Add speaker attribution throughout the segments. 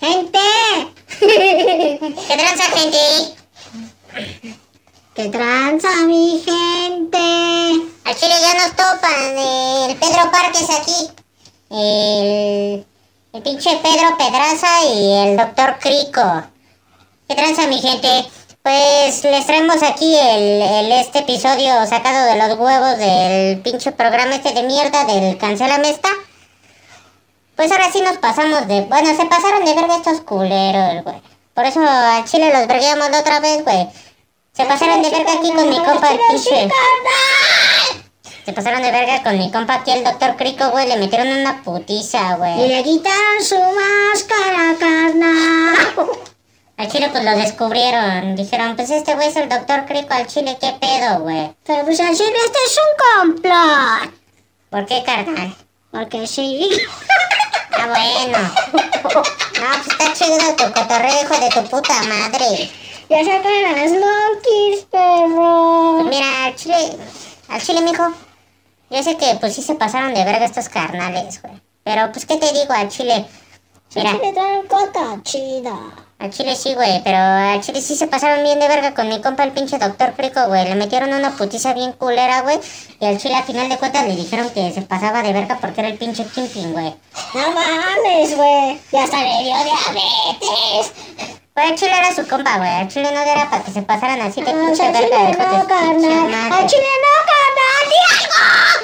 Speaker 1: ¡Gente!
Speaker 2: ¿Qué tranza, gente?
Speaker 1: ¡Qué tranza, mi gente!
Speaker 2: Al chile ya nos topan. eh, El Pedro Parques aquí. El, el pinche Pedro Pedraza y el doctor Crico. ¿Qué tranza, mi gente? Pues les traemos aquí el, el- este episodio sacado de los huevos del pinche programa este de mierda del Cancela Mesta. Pues ahora sí nos pasamos de... Bueno, se pasaron de verga estos culeros, güey. Por eso al Chile los vergueamos la otra vez, güey. Se pasaron de verga aquí con mi compa el pinche... Se pasaron de verga con mi compa aquí, el doctor Crico, güey. Le metieron una putiza,
Speaker 1: Y
Speaker 2: güey.
Speaker 1: le quitaron su máscara, carnal.
Speaker 2: Al chile, pues lo descubrieron. Dijeron, pues este güey es el doctor Crico al chile, qué pedo, güey.
Speaker 1: Pero pues al chile este es un complot.
Speaker 2: ¿Por qué, carnal?
Speaker 1: Porque sí.
Speaker 2: Ah, bueno. No, pues está chido tu cotorreo, hijo de tu puta madre.
Speaker 1: Ya sacan a las Lokis, perro.
Speaker 2: Pues, Mira, al chile, al chile, mijo. Yo sé que, pues sí se pasaron de verga estos carnales, güey. Pero, pues, ¿qué te digo al chile? Mira.
Speaker 1: Le traen cosas chidas.
Speaker 2: Al chile sí, güey, pero al chile sí se pasaron bien de verga con mi compa el pinche doctor Frico, güey. Le metieron una putiza bien culera, güey. Y al chile al final de cuentas le dijeron que se pasaba de verga porque era el pinche Kingpin, güey.
Speaker 1: No mames, güey. Ya hasta le dio diabetes.
Speaker 2: Güey, al chile era su compa, güey. Al chile no era para que se pasaran así de
Speaker 1: No, al
Speaker 2: pinche
Speaker 1: chile
Speaker 2: verga. hijos de
Speaker 1: no,
Speaker 2: su pinche
Speaker 1: carnal.
Speaker 2: madre.
Speaker 1: Al chile no, carnal. ¡Di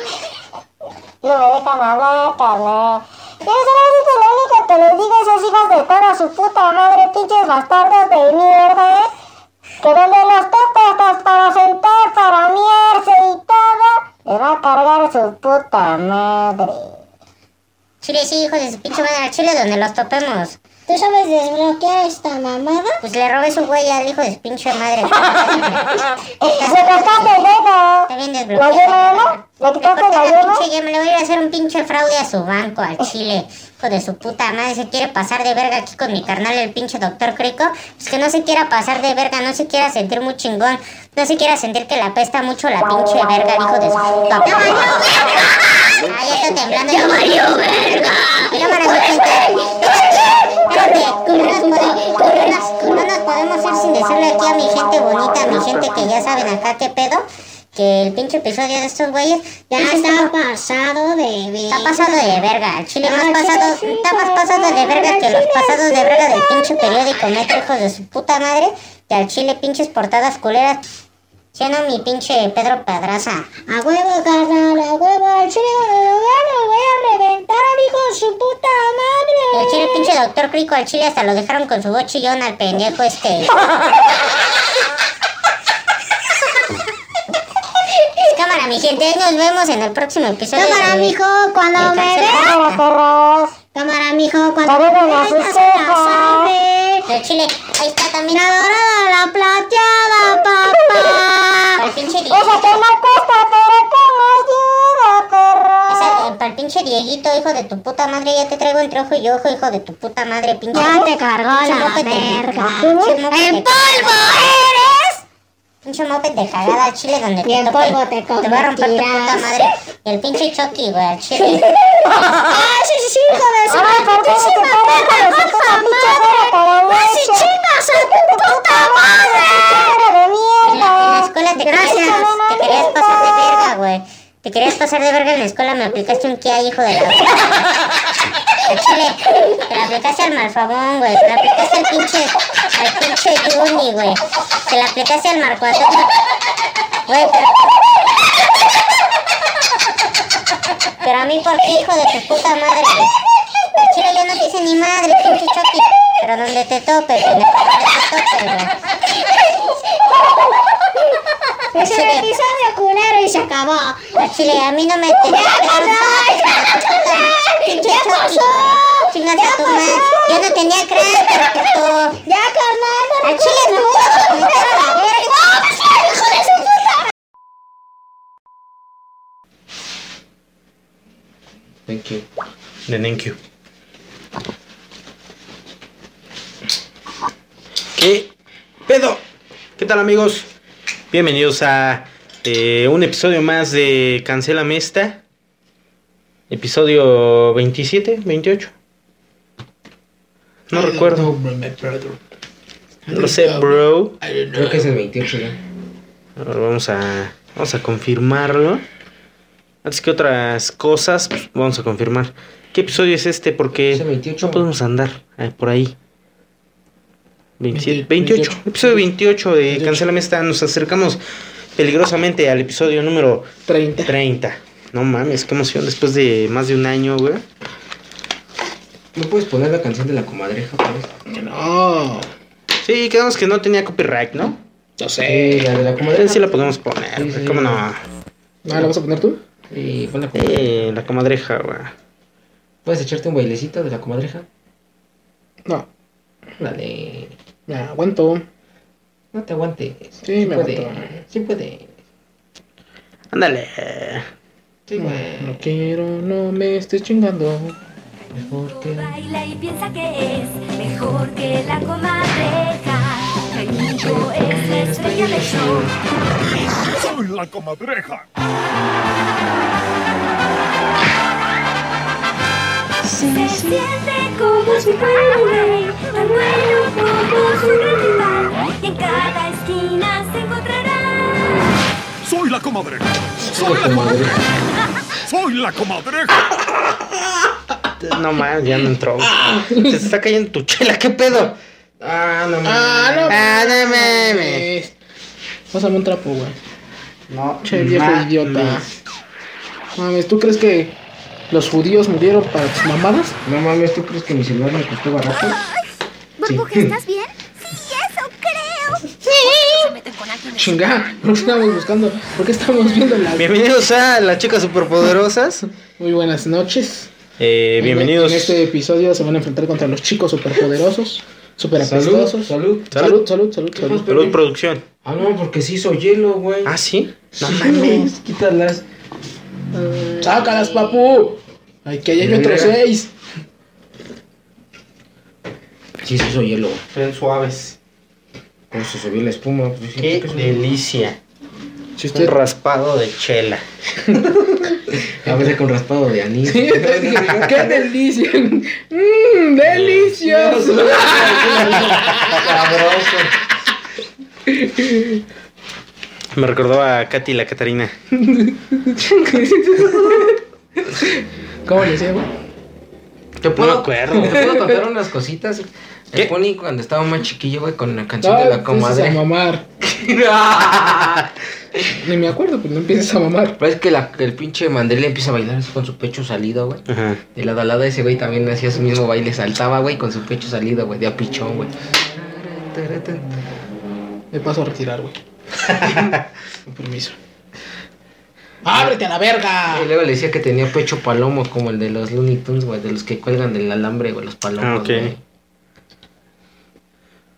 Speaker 3: No me dejan hablar, carnal. Ya sabes que lo único que les digo a esas hijas de toda su puta madre, pinches bastardos de mierda, ¿eh? Que donde los topas para sentar, para miarse y todo, le va a cargar su puta madre.
Speaker 2: Chile sí, hijos de su pinche madre. Al chile donde los topemos.
Speaker 1: ¿Tú sabes desbloquear esta mamada?
Speaker 2: Pues le robé su güey al hijo de su pinche madre.
Speaker 3: ¡Se cortaste el dedo!
Speaker 2: Está bien
Speaker 3: ¿La
Speaker 2: desbloqueado.
Speaker 3: yema, no? ¿Le
Speaker 2: Le corté
Speaker 3: quitaste la yema?
Speaker 2: pinche yema, le voy a ir a hacer un pinche fraude a su banco, al chile. Hijo de su puta madre, se quiere pasar de verga aquí con mi carnal, el pinche doctor Crico. Pues que no se quiera pasar de verga, no se quiera sentir muy chingón. No se quiera sentir que la apesta mucho la pinche verga, el hijo de su puta madre. Ah, ya está temblando. ¡Ya valió verga! Mira, para mi gente. Espérate, no nos podemos- no nos- no nos podemos ir sin decirle aquí a mi gente bonita, a mi gente que ya saben acá qué pedo. Que el pinche episodio de estos güeyes ya
Speaker 1: Ya
Speaker 2: no está
Speaker 1: está pasado de
Speaker 2: Está
Speaker 1: vida.
Speaker 2: pasado de verga, el chile más
Speaker 1: Ah,
Speaker 2: pasado,
Speaker 1: sí, sí,
Speaker 2: está más
Speaker 1: sí,
Speaker 2: pasado de
Speaker 1: sí,
Speaker 2: verga
Speaker 1: sí,
Speaker 2: que
Speaker 1: sí,
Speaker 2: los
Speaker 1: sí,
Speaker 2: pasados de
Speaker 1: sí,
Speaker 2: verga del
Speaker 1: sí,
Speaker 2: pinche periódico metro, hijos de su puta madre, que al chile pinches portadas culeras. Siendo mi pinche Pedro Pedraza.
Speaker 1: A huevo, carnal, a huevo. Al chile de lo gano, voy a reventar al hijo de su puta
Speaker 2: Y al
Speaker 1: madre.
Speaker 2: chile pinche doctor Crico, al chile hasta lo dejaron con su voz chillona al pendejo este. Pues, Pues, cámara, mi gente, ahí nos vemos en el próximo episodio.
Speaker 1: Cámara,
Speaker 2: del-
Speaker 1: mijo, cuando
Speaker 2: Me
Speaker 1: me
Speaker 2: cansé.
Speaker 1: veas.
Speaker 3: ¡Cámara, perros!
Speaker 1: Cámara, mijo, cuando me
Speaker 3: Saludos a
Speaker 1: veas,
Speaker 3: sus
Speaker 1: ya
Speaker 3: hijas.
Speaker 1: sabes.
Speaker 2: del chile. Ahí está también.
Speaker 1: La dorada, la plateada, papá.
Speaker 2: Para el pinche Diego.
Speaker 3: ¡Esa que no cuesta, pero que no ayuda, perros!
Speaker 2: Para el pinche Dieguito, hijo de tu puta madre, ya te traigo entre ojo y ojo, hijo de tu puta madre, pinche.
Speaker 1: Ya te cargó
Speaker 2: Pinche
Speaker 1: la
Speaker 2: mope de-
Speaker 1: verga.
Speaker 2: Pinche mope de-
Speaker 1: ¡En polvo eres!
Speaker 2: Pinche moped de cagada al chile donde
Speaker 1: Y en
Speaker 2: tope,
Speaker 1: polvo te
Speaker 2: Te va a romper tu puta
Speaker 1: convertirás.
Speaker 2: madre. Y el pinche Chucky, güey, al chile.
Speaker 1: ¡Ay, sí, sí, sí, hijo de su
Speaker 3: Ahora, ¿por qué no te
Speaker 1: putísima
Speaker 3: pones
Speaker 1: perra,
Speaker 3: con los
Speaker 1: por
Speaker 3: putos pinches
Speaker 1: favor!
Speaker 3: perros para
Speaker 1: ¡Vas y
Speaker 3: leche?
Speaker 1: chingas a tu puta madre!
Speaker 3: ¡Madre
Speaker 2: En la,
Speaker 3: de
Speaker 2: en la
Speaker 3: mierda!
Speaker 2: escuela te
Speaker 1: Gracias.
Speaker 2: querías, te querías pasar de verga, güey. Te querías pasar de verga en la escuela, me aplicaste un kia, hijo de la... Al Chile, te la aplicaste al malfabón, güey. Te la aplicaste al pinche... Al pinche Juni, güey. Te la aplicaste al Marco Antonio. Güey, pero... Pero a mí, ¿por qué, hijo de tu puta madre? Al Chile, yo no te hice ni madre, pinche Chucky. Pero donde te tope, pendejo, donde te tope, güey.
Speaker 1: Es el episodio culero y se acabó.
Speaker 2: Al chile, a mí no me tenía que dar un pinche
Speaker 1: ¡Ya
Speaker 2: Chucky.
Speaker 1: pasó!
Speaker 2: Chingas a tu madre. Yo no tenía crédito, pero tú.
Speaker 1: ¡Ya, carnal!
Speaker 2: Al chile me voy a meter a la verga.
Speaker 4: Thank you. Then thank you. ¿Qué pedo? ¿Qué tal amigos? Bienvenidos a eh, un episodio más de Cancela Mesta. Episodio 27, 28. No
Speaker 5: I don't
Speaker 4: recuerdo.
Speaker 5: know, bro, my brother. I
Speaker 4: No
Speaker 5: don't
Speaker 4: sé,
Speaker 5: know.
Speaker 4: bro.
Speaker 5: I
Speaker 6: Creo
Speaker 5: don't know.
Speaker 6: que es el 28 ya.
Speaker 4: A ver, vamos a, vamos a confirmarlo. Antes que otras cosas, pues, vamos a confirmar. ¿Qué episodio es este?
Speaker 6: Es el
Speaker 4: Porque
Speaker 6: 28.
Speaker 4: no podemos andar eh, por ahí. 27, 28,
Speaker 5: 28.
Speaker 4: episodio 28 de
Speaker 5: 28.
Speaker 4: Cancela Mesta. Nos acercamos peligrosamente al episodio número
Speaker 5: 30.
Speaker 4: 30. No mames, qué emoción. Después de más de un año, güey.
Speaker 6: ¿No puedes poner la canción de la comadreja, pues?
Speaker 5: Que No,
Speaker 4: Sí, quedamos que no tenía copyright, ¿no?
Speaker 5: no
Speaker 6: Eh,
Speaker 5: sé.
Speaker 6: la de la comadreja.
Speaker 4: Sí, sí la podemos poner.
Speaker 6: Sí,
Speaker 4: güey,
Speaker 6: sí.
Speaker 4: ¿Cómo no?
Speaker 5: ¿No la vas a poner tú?
Speaker 6: Y pon la comadreja.
Speaker 4: Eh, la comadreja, güey.
Speaker 6: ¿Puedes echarte un bailecito de la comadreja?
Speaker 5: No,
Speaker 6: Dale.
Speaker 5: me aguanto.
Speaker 6: No te aguantes.
Speaker 5: Sí, me
Speaker 6: puede.
Speaker 5: aguanto.
Speaker 6: Sí puede.
Speaker 4: Ándale.
Speaker 6: Sí puede.
Speaker 5: No quiero, no me estés chingando.
Speaker 6: Mejor que...
Speaker 7: Baila y piensa que es mejor que la comadreja. Benito es la estrella del show. Soy la comadreja. Se siente como si fuera un rey, tan bueno como su gran rival. Y en cada esquina se encontrará.
Speaker 8: Soy la comadreja.
Speaker 6: Soy la comadreja.
Speaker 8: Soy la comadreja.
Speaker 4: No más, ya no entró. güey. Se está cayendo tu chela, ¿qué pedo?
Speaker 6: Ah, no mames.
Speaker 5: Ah, no.
Speaker 4: Ah, no
Speaker 5: mames.
Speaker 4: mames.
Speaker 5: Pásame un trapo, güey.
Speaker 4: No,
Speaker 5: Che,
Speaker 6: Mm.
Speaker 5: viejo idiota. Mames, ¿tú crees que los judíos murieron para tus mamadas?
Speaker 6: No mames, ¿tú crees que mi celular me costó barato?
Speaker 9: Burbuja,
Speaker 6: Sí.
Speaker 9: ¿estás bien? Sí, eso creo. Se meten con alguien.
Speaker 5: Chinga, ¿por qué estamos buscando? ¿Por qué estamos viendo la...
Speaker 4: Bienvenidos a las chicas superpoderosas.
Speaker 5: Muy buenas noches.
Speaker 4: Eh, bienvenidos.
Speaker 5: En este episodio se van a enfrentar contra los chicos superpoderosos, superapestosos.
Speaker 6: salud.
Speaker 5: Salud, salud, salud,
Speaker 6: salud.
Speaker 5: salud.
Speaker 4: Salud Producción.
Speaker 6: Ah, no, porque sí hizo hielo, güey.
Speaker 4: Ah, sí. No
Speaker 6: Sí,
Speaker 4: mames.
Speaker 6: Quítalas.
Speaker 5: ¡Sácalas, papu! Ay, que ahí hay otros
Speaker 6: Mira.
Speaker 5: seis.
Speaker 6: Sí, sí hizo hielo.
Speaker 4: Están suaves.
Speaker 6: Pues se subió la espuma. Pues, sí,
Speaker 4: Qué
Speaker 6: ¿por qué se-
Speaker 4: delicia.
Speaker 5: Si
Speaker 4: Un
Speaker 5: usted...
Speaker 4: raspado de chela.
Speaker 6: A veces con raspado de anís.
Speaker 5: Sí, te dije, ¡Qué delicia! ¡Mmm, delicioso!
Speaker 6: Sabroso.
Speaker 4: Me recordó a Katy y la Catarina.
Speaker 5: ¿Cómo le decía, güey?
Speaker 6: Te
Speaker 4: No me
Speaker 6: puedo,
Speaker 4: acuerdo.
Speaker 6: te puedo contar unas cositas.
Speaker 4: ¿Qué?
Speaker 6: El Pony cuando estaba más chiquillo, güey, con la canción
Speaker 5: No,
Speaker 6: de la
Speaker 5: empieces a
Speaker 6: comadre.
Speaker 5: mamar. Ni me acuerdo, pues no empieces a mamar.
Speaker 6: Ves que la- que el pinche mandril empieza a bailar así con su pecho salido, güey.
Speaker 4: Ajá.
Speaker 6: De lado a lado ese güey también hacía su mismo baile, saltaba, güey, con su pecho salido, güey, de a pichón, güey.
Speaker 5: Me paso a retirar, güey. Con permiso. ¡Ábrete a la verga!
Speaker 6: Y luego le decía que tenía pecho palomo, como el de los Looney Tunes, güey, de los que cuelgan del alambre, güey, los palomos,
Speaker 4: Ah, ok.
Speaker 6: güey.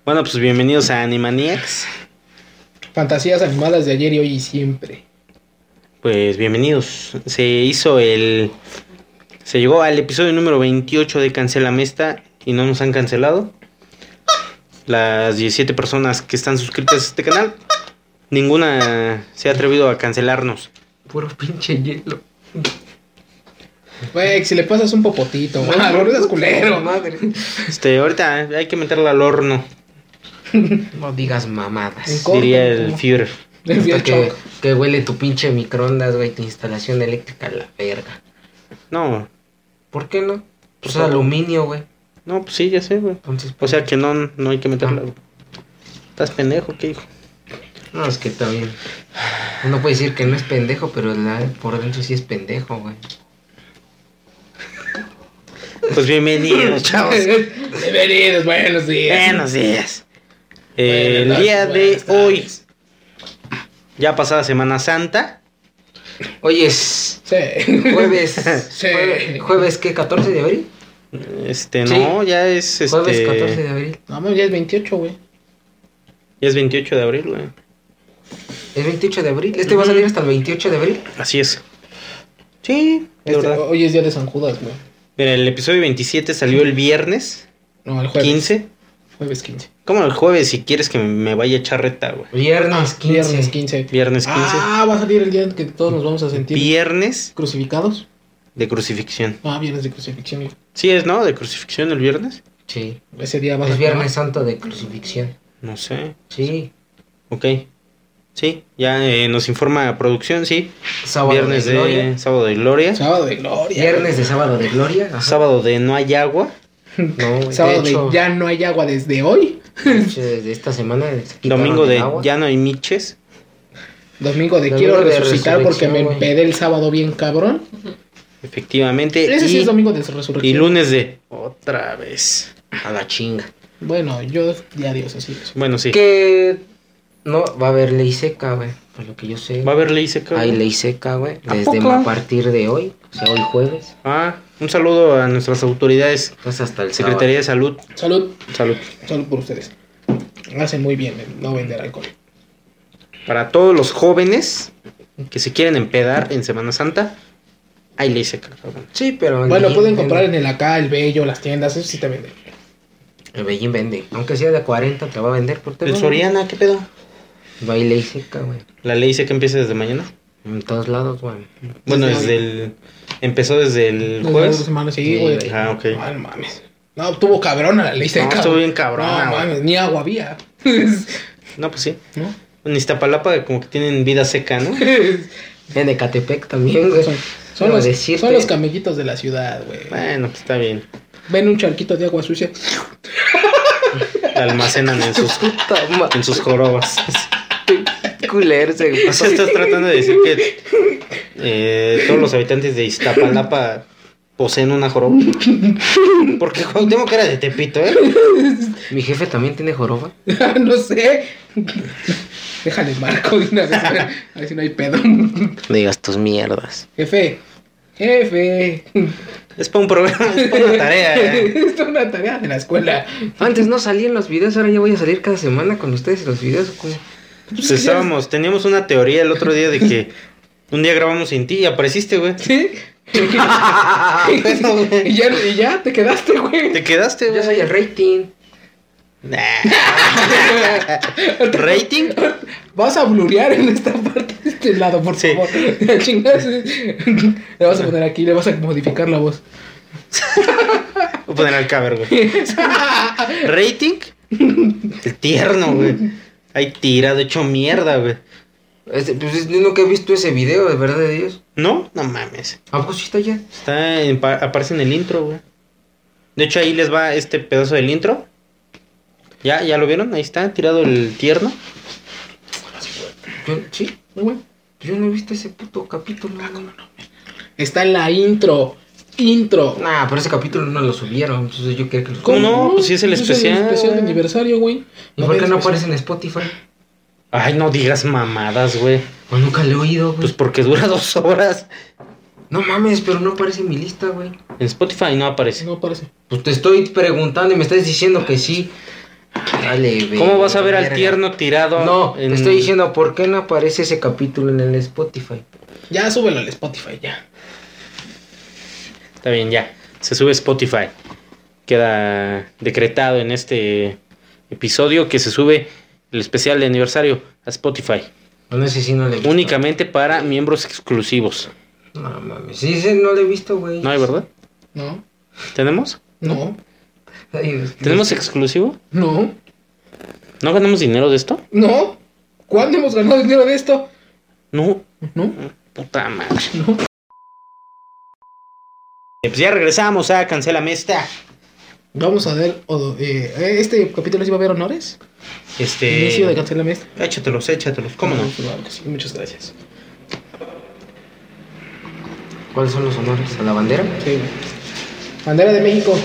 Speaker 4: Bueno, pues bienvenidos a Animaniacs.
Speaker 5: Fantasías animadas de ayer y hoy y siempre.
Speaker 4: Pues bienvenidos. Se hizo el. Se llegó al episodio número 28 de Cancela Mesta y no nos han cancelado. Las 17 personas que están suscritas a este canal, ninguna se ha atrevido a cancelarnos.
Speaker 6: Puro pinche hielo.
Speaker 5: Güey, si le pasas un popotito, güey. No eres culero.
Speaker 6: Madre.
Speaker 4: Este, ahorita hay que meterla al horno,
Speaker 6: No digas mamadas.
Speaker 5: En co-
Speaker 4: diría el Führer.
Speaker 5: Le fui
Speaker 6: Hasta
Speaker 5: al
Speaker 6: que,
Speaker 5: choc.
Speaker 6: que huele tu pinche microondas, güey, tu instalación eléctrica a la verga.
Speaker 4: No,
Speaker 6: ¿Por qué no? Pues es aluminio, güey.
Speaker 4: no, pues sí, ya sé, güey.
Speaker 6: Entonces,
Speaker 4: O
Speaker 6: pues,
Speaker 4: sea que no, no hay que meterla. güey. Estás pendejo, ¿qué hijo?
Speaker 6: no, es que también. Uno puede decir que no es pendejo, pero la- por dentro sí es pendejo, güey.
Speaker 4: Pues bienvenidos, chavos.
Speaker 5: Bienvenidos, buenos días.
Speaker 4: Buenos días.
Speaker 5: Buenas
Speaker 4: El
Speaker 5: tardes,
Speaker 4: día de
Speaker 5: buenas
Speaker 4: hoy,
Speaker 5: tardes.
Speaker 4: ya pasada Semana Santa,
Speaker 6: Oye, es
Speaker 5: Sí.
Speaker 6: jueves.
Speaker 5: Sí.
Speaker 6: jueves, jueves, ¿qué? ¿14 de abril?
Speaker 4: este,
Speaker 6: Sí.
Speaker 4: no, ya es este.
Speaker 6: Jueves 14 de abril.
Speaker 5: No, mames, ya es 28, güey.
Speaker 4: Ya es 28 de abril, güey.
Speaker 6: El 28 de abril. Este va a salir hasta el 28 de abril.
Speaker 4: Así es. Sí, de
Speaker 5: Este,
Speaker 4: verdad.
Speaker 5: hoy es día de San Judas, güey.
Speaker 4: Mira, el episodio 27 salió el viernes
Speaker 5: No, el jueves.
Speaker 4: 15.
Speaker 5: Jueves 15.
Speaker 4: ¿Cómo el jueves si quieres que me vaya a echar reta, güey?
Speaker 6: Viernes 15.
Speaker 5: Viernes 15.
Speaker 4: Ah, Viernes 15.
Speaker 5: Ah, va a salir el día en que todos nos vamos a sentir
Speaker 4: Viernes
Speaker 5: crucificados.
Speaker 4: de crucifixión.
Speaker 5: Ah, viernes de crucifixión. güey.
Speaker 4: Sí es, ¿no? De crucifixión el viernes.
Speaker 6: Sí.
Speaker 5: Ese día va a
Speaker 6: Es
Speaker 5: ser
Speaker 6: Viernes Santo de Crucifixión.
Speaker 4: No sé.
Speaker 6: Sí.
Speaker 4: Ok. Sí, ya eh, nos informa producción, sí.
Speaker 6: Sábado
Speaker 4: viernes
Speaker 6: de
Speaker 4: de,
Speaker 6: Gloria.
Speaker 4: sábado de gloria.
Speaker 5: Sábado de gloria.
Speaker 6: Viernes de Sábado de Gloria. Ajá.
Speaker 4: Sábado de no hay agua.
Speaker 6: No, de
Speaker 5: Sábado de,
Speaker 6: hecho,
Speaker 5: ya no hay agua desde hoy.
Speaker 6: de esta semana. se quitaron
Speaker 4: Domingo
Speaker 6: el
Speaker 4: de
Speaker 6: agua.
Speaker 4: ya no hay miches.
Speaker 5: Domingo de
Speaker 6: Domingo
Speaker 5: quiero
Speaker 6: de
Speaker 5: resucitar porque me
Speaker 6: resurrección, güey.
Speaker 5: empedé el sábado bien cabrón.
Speaker 4: Efectivamente.
Speaker 5: Ese
Speaker 4: Eh, y,
Speaker 5: sí es domingo de
Speaker 4: y
Speaker 5: resurrección.
Speaker 4: lunes de otra vez. A la chinga.
Speaker 5: Bueno, yo diarios así. es.
Speaker 4: Bueno, sí.
Speaker 6: Que no va a haber ley seca, güey. Por lo que yo sé.
Speaker 4: Va a haber ley seca.
Speaker 6: Hay ley seca, güey.
Speaker 4: ¿A
Speaker 6: Desde
Speaker 4: poco?
Speaker 6: a partir de hoy. O sea, hoy jueves.
Speaker 4: Ah, un saludo a nuestras autoridades.
Speaker 6: Entonces hasta el
Speaker 4: Secretaría de Salud.
Speaker 5: Salud,
Speaker 4: Salud.
Speaker 5: salud por ustedes. Hacen muy bien en no vender alcohol.
Speaker 4: Para todos los jóvenes que se quieren empedar en Semana Santa, hay ley seca. cabrón.
Speaker 6: sábado. Sí, pero. el
Speaker 5: Bueno,
Speaker 6: Bellín
Speaker 5: pueden comprar en
Speaker 6: vende.
Speaker 5: el acá, el bello, las tiendas, eso sí te venden.
Speaker 6: El Bellín vende. Aunque sea de 40, te va a vender por
Speaker 4: El Soriana, ¿qué pedo?
Speaker 6: No hay ley seca, güey.
Speaker 4: La ley seca empieza desde mañana.
Speaker 6: En todos lados, güey.
Speaker 4: Bueno,
Speaker 5: Desde
Speaker 4: desde el. Empezó desde el
Speaker 5: Los dos
Speaker 4: jueves.
Speaker 5: semanas, sí,
Speaker 6: Sí,
Speaker 5: güey.
Speaker 6: güey.
Speaker 4: Ah, ok.
Speaker 5: No, no mames. No, estuvo cabrona la ley seca.
Speaker 4: estuvo
Speaker 5: güey.
Speaker 4: bien cabrona,
Speaker 5: No
Speaker 4: güey.
Speaker 5: mames, ni agua había.
Speaker 4: No, pues sí.
Speaker 5: ¿No?
Speaker 4: En Iztapalapa, como que tienen vida seca, ¿no?
Speaker 6: En Ecatepec también, güey.
Speaker 5: Son, son
Speaker 6: Debo
Speaker 5: los,
Speaker 6: decirte-
Speaker 5: son los camellitos de la ciudad, güey.
Speaker 4: Bueno, pues está bien.
Speaker 5: Ven un charquito de agua sucia.
Speaker 4: La almacenan en sus,
Speaker 6: Puta madre,
Speaker 4: en sus jorobas.
Speaker 6: culero, se
Speaker 4: O sea, estás tratando de decir que eh, todos los habitantes de Iztapalapa poseen una joroba. Porque Cuauhtémoc era de Tepito, ¿eh?
Speaker 6: Mi jefe también tiene joroba.
Speaker 5: no sé. Déjale marco de una vez. güey. A ver si no hay pedo.
Speaker 6: Digas tus mierdas.
Speaker 5: Jefe. Jefe.
Speaker 4: Es para un programa, es para una tarea. ¿eh?
Speaker 5: Esto es una tarea de la escuela.
Speaker 6: Antes no salí en los videos, ahora ya voy a salir cada semana con ustedes en los videos. ¿o cómo?
Speaker 4: Pues estábamos, teníamos una teoría el otro día de que un día grabamos sin ti y apareciste, güey.
Speaker 5: ¿Sí? y, ya, y ya te quedaste, güey.
Speaker 4: Te quedaste,
Speaker 6: Yo
Speaker 4: güey.
Speaker 6: soy el rating.
Speaker 4: Nah. ¿Rating?
Speaker 5: Vas a blurear en esta parte de este lado, por
Speaker 4: Sí.
Speaker 5: favor. Chingas. Le vas a poner aquí, le vas a modificar la voz.
Speaker 4: Voy a poner al caber, güey. ¿Rating? El tierno, güey. Ahí tirado, hecho mierda, güey.
Speaker 6: Este, pues es- yo nunca he visto ese video, de verdad de Dios.
Speaker 4: ¿No? No mames.
Speaker 6: ¿A poco sí está ya?
Speaker 4: Está en, pa- aparece en el intro, güey. De hecho, ahí les va este pedazo del intro. ¿Ya, ¿Ya lo vieron? Ahí está, tirado el tierno.
Speaker 6: Yo, sí,
Speaker 5: Bueno,
Speaker 6: yo no he visto ese puto capítulo.
Speaker 4: Ah,
Speaker 6: güey.
Speaker 5: Está en la intro. Intro.
Speaker 6: Nah, pero ese capítulo no lo subieron, entonces yo creo que lo
Speaker 4: ¿Cómo no? Pues sí es el
Speaker 5: Ese
Speaker 4: especial,
Speaker 5: especial de
Speaker 4: güey.
Speaker 5: aniversario, güey.
Speaker 6: ¿Y por qué no
Speaker 5: especial.
Speaker 6: aparece en Spotify?
Speaker 4: Ay, no digas mamadas, güey.
Speaker 6: Pues nunca lo he oído, güey.
Speaker 4: Pues porque dura dos horas.
Speaker 6: No mames, pero no aparece en mi lista, güey.
Speaker 4: En Spotify no aparece.
Speaker 5: No aparece.
Speaker 6: Pues te estoy preguntando y me estás diciendo que sí. Dale, güey.
Speaker 4: ¿Cómo vas a ver al tierno tirado?
Speaker 6: No,
Speaker 4: en-
Speaker 6: te estoy diciendo por qué no aparece ese capítulo en el Spotify.
Speaker 5: Ya súbelo al Spotify, ya.
Speaker 4: Está bien, ya. Se sube a Spotify. Queda decretado en este episodio que se sube el especial de aniversario a Spotify.
Speaker 6: No sé si no le he visto.
Speaker 4: Únicamente para miembros exclusivos.
Speaker 6: No mames. Sí, ese no lo he visto, güey.
Speaker 4: ¿No hay verdad?
Speaker 5: No,
Speaker 4: ¿Tenemos?
Speaker 5: no,
Speaker 6: Ay, Dios.
Speaker 4: ¿Tenemos exclusivo?
Speaker 5: no,
Speaker 4: ¿No ganamos dinero de esto?
Speaker 5: no. ¿Cuándo hemos ganado dinero de esto?
Speaker 4: No,
Speaker 5: No,
Speaker 4: puta madre.
Speaker 5: no.
Speaker 4: Eh, Pues ya regresamos a Cancela Mesta.
Speaker 5: Vamos a ver. o- eh, este capítulo sí va a haber honores.
Speaker 4: Este.
Speaker 5: Inicio de cancelar mes.
Speaker 4: Échatelos, échatelos, ¿cómo no?
Speaker 5: Claro que sí, muchas gracias.
Speaker 6: ¿Cuáles son los honores? ¿A la bandera?
Speaker 5: Sí, güey. Bandera de México.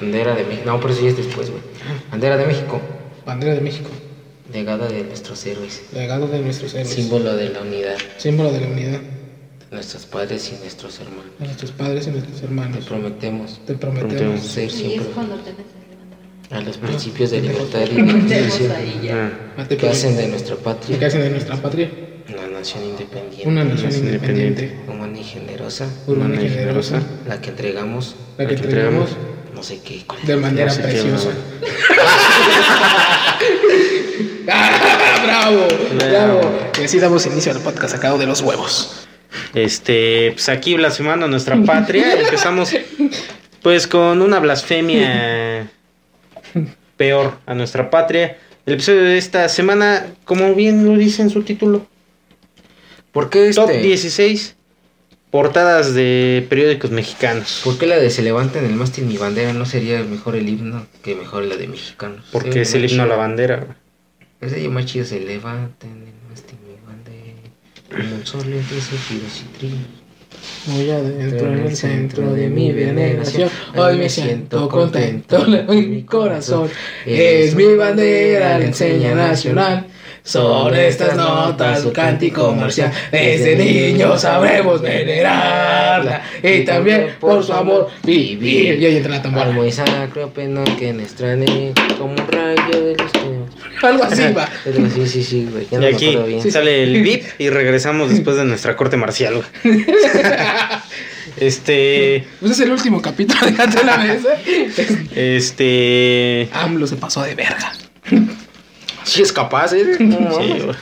Speaker 6: Bandera de México. No, pero eso ya es después, güey. Bandera de México.
Speaker 5: Bandera de México.
Speaker 6: Legada de nuestros héroes.
Speaker 5: Legado de nuestros héroes.
Speaker 6: Símbolo de la unidad.
Speaker 5: Símbolo de la unidad
Speaker 6: de Nuestros padres y nuestros hermanos.
Speaker 5: de nuestros padres y nuestros
Speaker 6: Te
Speaker 5: hermanos.
Speaker 6: prometemos
Speaker 5: Te prometemos.
Speaker 4: Prometemos.
Speaker 6: ser siempre a los principios de libertad y justicia
Speaker 4: Ah,
Speaker 5: Ah, te
Speaker 6: que hacen
Speaker 5: prometemos.
Speaker 6: de nuestra
Speaker 5: Que
Speaker 6: patria
Speaker 5: hacen de nuestra patria
Speaker 6: una nación independiente,
Speaker 5: una nación independiente,
Speaker 6: humana y generosa,
Speaker 5: humana y generosa,
Speaker 6: la que entregamos
Speaker 5: la que
Speaker 4: entregamos
Speaker 5: entregamos
Speaker 6: no sé qué.
Speaker 5: de manera
Speaker 4: No sé qué,
Speaker 5: preciosa. ¡Bravo!
Speaker 4: Bravo.
Speaker 5: ¡Bravo! Y así damos inicio al podcast sacado de los huevos.
Speaker 4: Este, pues aquí blasfemando nuestra patria, empezamos pues con una blasfemia peor a nuestra patria. El episodio de esta semana, como bien lo dice en su título,
Speaker 6: ¿Por qué
Speaker 4: Top
Speaker 6: este?
Speaker 4: 16 portadas de periódicos mexicanos.
Speaker 6: ¿Por qué la de se levanta en el mástil mi bandera no sería mejor el himno que mejor la de mexicanos?
Speaker 4: Porque es el himno a la bandera.
Speaker 6: Ese más chido se levanta en el mástil mi bandera. Como el sol entre suspiros y trinos.
Speaker 5: Muy adentro
Speaker 6: en el centro de mi veneración.
Speaker 5: Hoy me siento contento, mi corazón es mi bandera, la enseña nacional. Son estas notas su cántico marcial. Desde niños sabremos venerarla y también por su amor vivir. Y ahí entra la
Speaker 6: Al
Speaker 5: tambora.
Speaker 6: muy sacro pena que nos extrañe como un rayo de los
Speaker 5: Algo así va.
Speaker 6: Pero sí, sí, sí, güey. Ya
Speaker 4: Y
Speaker 6: no me
Speaker 4: aquí
Speaker 6: acuerdo bien.
Speaker 4: sale el VIP y regresamos después de nuestra corte marcial. güey. Este,
Speaker 5: Pues es el último capítulo de Gato en la Mesa.
Speaker 4: este,
Speaker 5: AMLO se pasó de verga.
Speaker 6: Sí es capaz, ¿eh? No
Speaker 4: sí,
Speaker 6: mames.
Speaker 4: güey.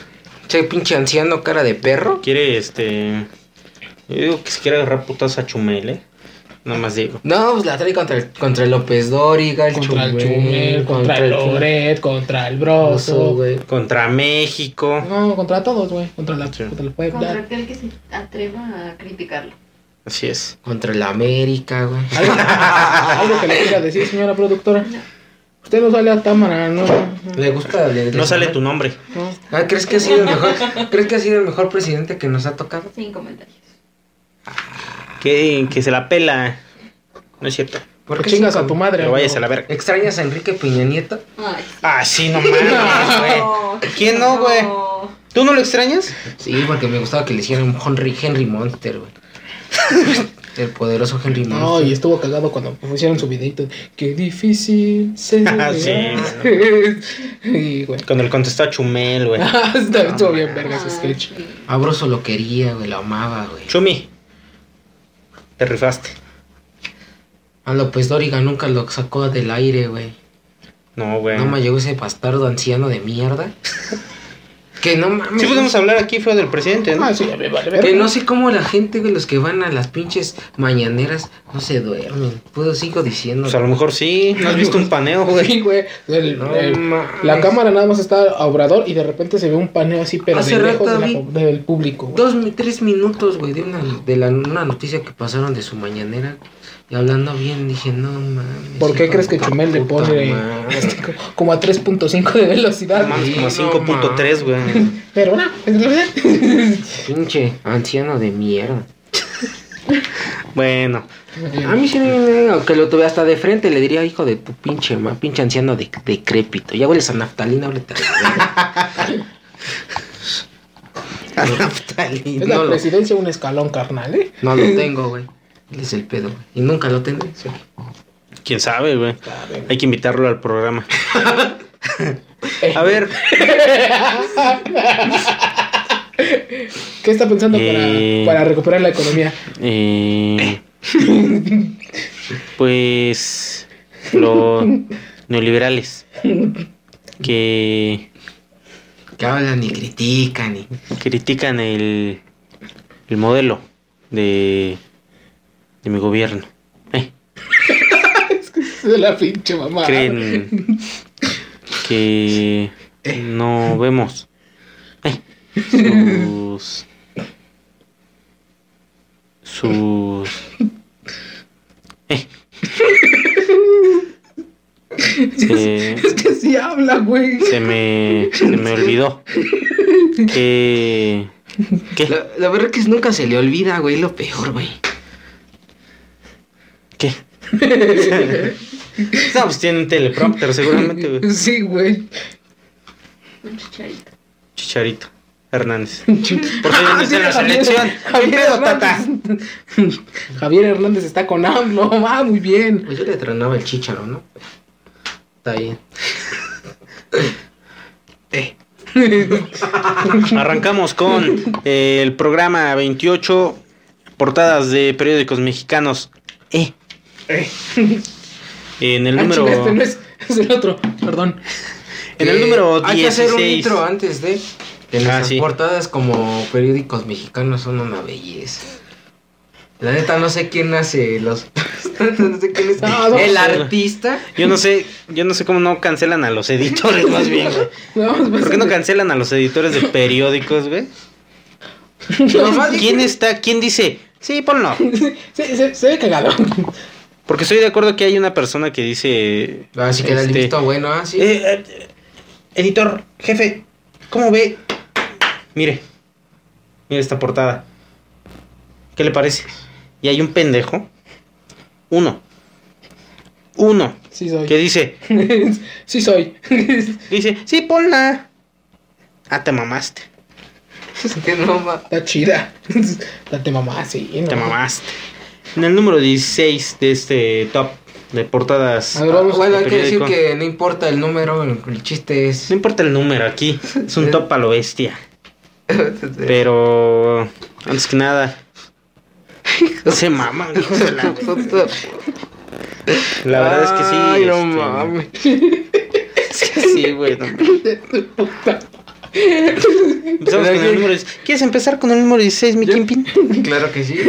Speaker 6: Che, pinche anciano, cara de perro.
Speaker 4: quiere este, yo digo que se quiere agarrar putas a Chumel, eh, nada más digo.
Speaker 6: No, pues la trae contra el, contra el López Dóriga, el
Speaker 5: Contra el
Speaker 6: Chumel,
Speaker 5: Chumel, contra el Loret, contra el
Speaker 6: Broso,
Speaker 5: Broso.
Speaker 6: güey.
Speaker 4: Contra México,
Speaker 5: No, contra todos, güey. Contra la,
Speaker 4: Sí.
Speaker 5: contra el
Speaker 10: Contra
Speaker 5: Puebla.
Speaker 10: aquel que se atreva a criticarlo.
Speaker 4: así es.
Speaker 6: Contra el América, güey.
Speaker 5: ¿Algo, algo que le quiera decir, señora productora. Usted no sale a cámara, no. no,
Speaker 6: Le gusta. le- le-
Speaker 4: No sale tu nombre.
Speaker 5: no.
Speaker 6: Ah, ¿crees que ha sido el mejor? ¿Crees que ha sido el mejor presidente que nos ha tocado?
Speaker 10: Sin comentarios.
Speaker 4: Que, que se la pela. No es cierto.
Speaker 6: ¿Por qué
Speaker 5: pues chingas
Speaker 6: sí,
Speaker 5: a tu
Speaker 6: como-
Speaker 5: madre.
Speaker 4: Pero vayas a la verga.
Speaker 6: ¿Extrañas a Enrique Piña Nieto?
Speaker 10: Ay,
Speaker 4: Ah, sí, no mames, güey.
Speaker 10: no,
Speaker 4: ¿Quién no, güey? ¿Tú no lo extrañas?
Speaker 6: Sí, porque me gustaba que le hicieran un Henry, Henry Monster, güey. El poderoso Henry Monster.
Speaker 5: No, y estuvo cagado cuando hicieron su videito. Qué difícil ser.
Speaker 4: Ah, Sí,
Speaker 5: y, güey.
Speaker 4: Cuando le contestó a Chumel, güey.
Speaker 5: Está- Estuvo bien, verga,
Speaker 10: Ah,
Speaker 5: su sketch.
Speaker 10: sí.
Speaker 6: Abroso lo quería, güey, lo amaba, güey.
Speaker 4: Chumi, te rifaste.
Speaker 6: A López Dóriga nunca lo sacó del aire, güey.
Speaker 4: No, güey.
Speaker 6: No me llegó ese bastardo anciano de mierda. que no mames.
Speaker 4: sí pues, podemos hablar aquí, fue del presidente, ¿no?
Speaker 5: Ah, sí, a mí vale, verga.
Speaker 6: Que no sé cómo la gente, güey, los que van a las pinches mañaneras no se duermen. Puedo, sigo diciendo.
Speaker 4: Pues a lo mejor sí. ¿No has visto un paneo, güey?
Speaker 5: Sí, güey. El-
Speaker 6: No
Speaker 5: el-
Speaker 6: mames.
Speaker 5: la cámara nada más está a obrador y de repente se ve un paneo así, pero
Speaker 6: Hace
Speaker 5: de lejos
Speaker 6: rato
Speaker 5: de la
Speaker 6: vi-
Speaker 5: po- del público, güey.
Speaker 6: Dos, mi- tres minutos, güey, de, una, de la, una noticia que pasaron de su mañanera. Y hablando bien, dije, no mames.
Speaker 5: ¿Por qué
Speaker 6: hijo
Speaker 5: crees
Speaker 6: de
Speaker 5: que Chumel le
Speaker 6: puta
Speaker 5: pone
Speaker 6: madre.
Speaker 5: este, co- como a 3.5 de velocidad?
Speaker 4: No mames, como a
Speaker 6: Sí,
Speaker 4: 5.3, güey.
Speaker 5: Pero bueno, es la verdad.
Speaker 6: Pinche anciano de mierda.
Speaker 4: Bueno, Ah,
Speaker 6: A mí sí me que lo tuve hasta de frente, le diría, hijo de tu pinche ma, pinche anciano de, decrépito. Ya hueles a naftalina, ahorita.
Speaker 4: a naftalina.
Speaker 5: Es la
Speaker 6: no lo-
Speaker 5: presidencia un escalón, carnal, ¿eh?
Speaker 6: No lo tengo, güey. Él Es el pedo, güey. Y nunca lo tendré.
Speaker 4: ¿Quién sabe, güey? Hay que invitarlo al programa.
Speaker 5: Eh,
Speaker 4: A ver,
Speaker 5: ¿Qué está pensando
Speaker 4: Eh.
Speaker 5: para, para recuperar la economía?
Speaker 4: eh, pues los neoliberales que
Speaker 6: Que hablan ni critican ni.
Speaker 4: critican el, el modelo de, de mi gobierno. Eh,
Speaker 5: De la pinche mamá.
Speaker 4: creen que no vemos eh, sus sus eh, se,
Speaker 5: Es que sí habla, güey.
Speaker 4: se me se me olvidó que qué
Speaker 6: La, la verdad que es nunca se le olvida, güey, lo peor, güey.
Speaker 4: qué no pues tienen teleprompter seguramente güey.
Speaker 5: Sí, güey.
Speaker 10: Un chicharito.
Speaker 4: Chicharito Hernández porque
Speaker 5: Ah,
Speaker 4: no está en la selección ¿Qué pedo, tata?
Speaker 5: Javier Hernández está con AMLO. Va muy bien.
Speaker 6: Pues yo le tronaba el chícharo, ¿no? Está bien. Eh,
Speaker 4: Arrancamos con eh, el programa 28, portadas de periódicos mexicanos. Eh. En el
Speaker 6: E.
Speaker 5: Ah,
Speaker 4: número.
Speaker 6: Ah,
Speaker 5: chinga, este no es, es el otro. Perdón.
Speaker 4: En el número 16.
Speaker 6: eh, Hay que hacer un intro ¿ah? antes de. de
Speaker 4: Ah,
Speaker 6: nuestras
Speaker 4: sí.
Speaker 6: portadas como periódicos mexicanos son una belleza. La neta, no sé quién hace los. no sé quién es.
Speaker 5: Ah, vamos
Speaker 6: el
Speaker 5: a ver.
Speaker 6: artista.
Speaker 4: Yo no sé, yo no sé cómo no cancelan a los editores más bien. güey.
Speaker 5: Vamos,
Speaker 4: ¿Por qué no cancelan a los editores de periódicos, güey?
Speaker 6: Nomás-
Speaker 4: ¿Quién está? ¿Quién dice? Sí, ponlo.
Speaker 5: se, se, se ve cagado.
Speaker 4: Porque estoy de acuerdo que hay una persona que dice.
Speaker 6: Así Ah, que la
Speaker 4: este,
Speaker 6: listo bueno, ah, así.
Speaker 4: eh, eh, editor, jefe, ¿cómo ve? Mire, mire esta portada. ¿Qué le parece? Y hay un pendejo. Uno. Uno.
Speaker 5: Sí soy.
Speaker 4: Que dice,
Speaker 5: sí soy.
Speaker 4: dice, sí, ponla. Ah, te mamaste.
Speaker 6: que no ma-
Speaker 5: Está chida. Date mamá, sí. ¿no?
Speaker 4: Te mamaste. En el número 16 de este top de portadas.
Speaker 5: A ver, vamos.
Speaker 6: Bueno, hay que decir
Speaker 4: Periódico.
Speaker 6: que no importa el número, el, el chiste es.
Speaker 4: No importa el número aquí. Es un top a lo bestia. Pero antes que nada. Se maman, hijos de la, la verdad es que sí.
Speaker 6: Ay, no
Speaker 4: este,
Speaker 6: mames.
Speaker 4: es que sí, güey. no mames. Empezamos con el número 16. ¿Quieres empezar con el número 16, mi Kimpin?
Speaker 6: Claro que sí.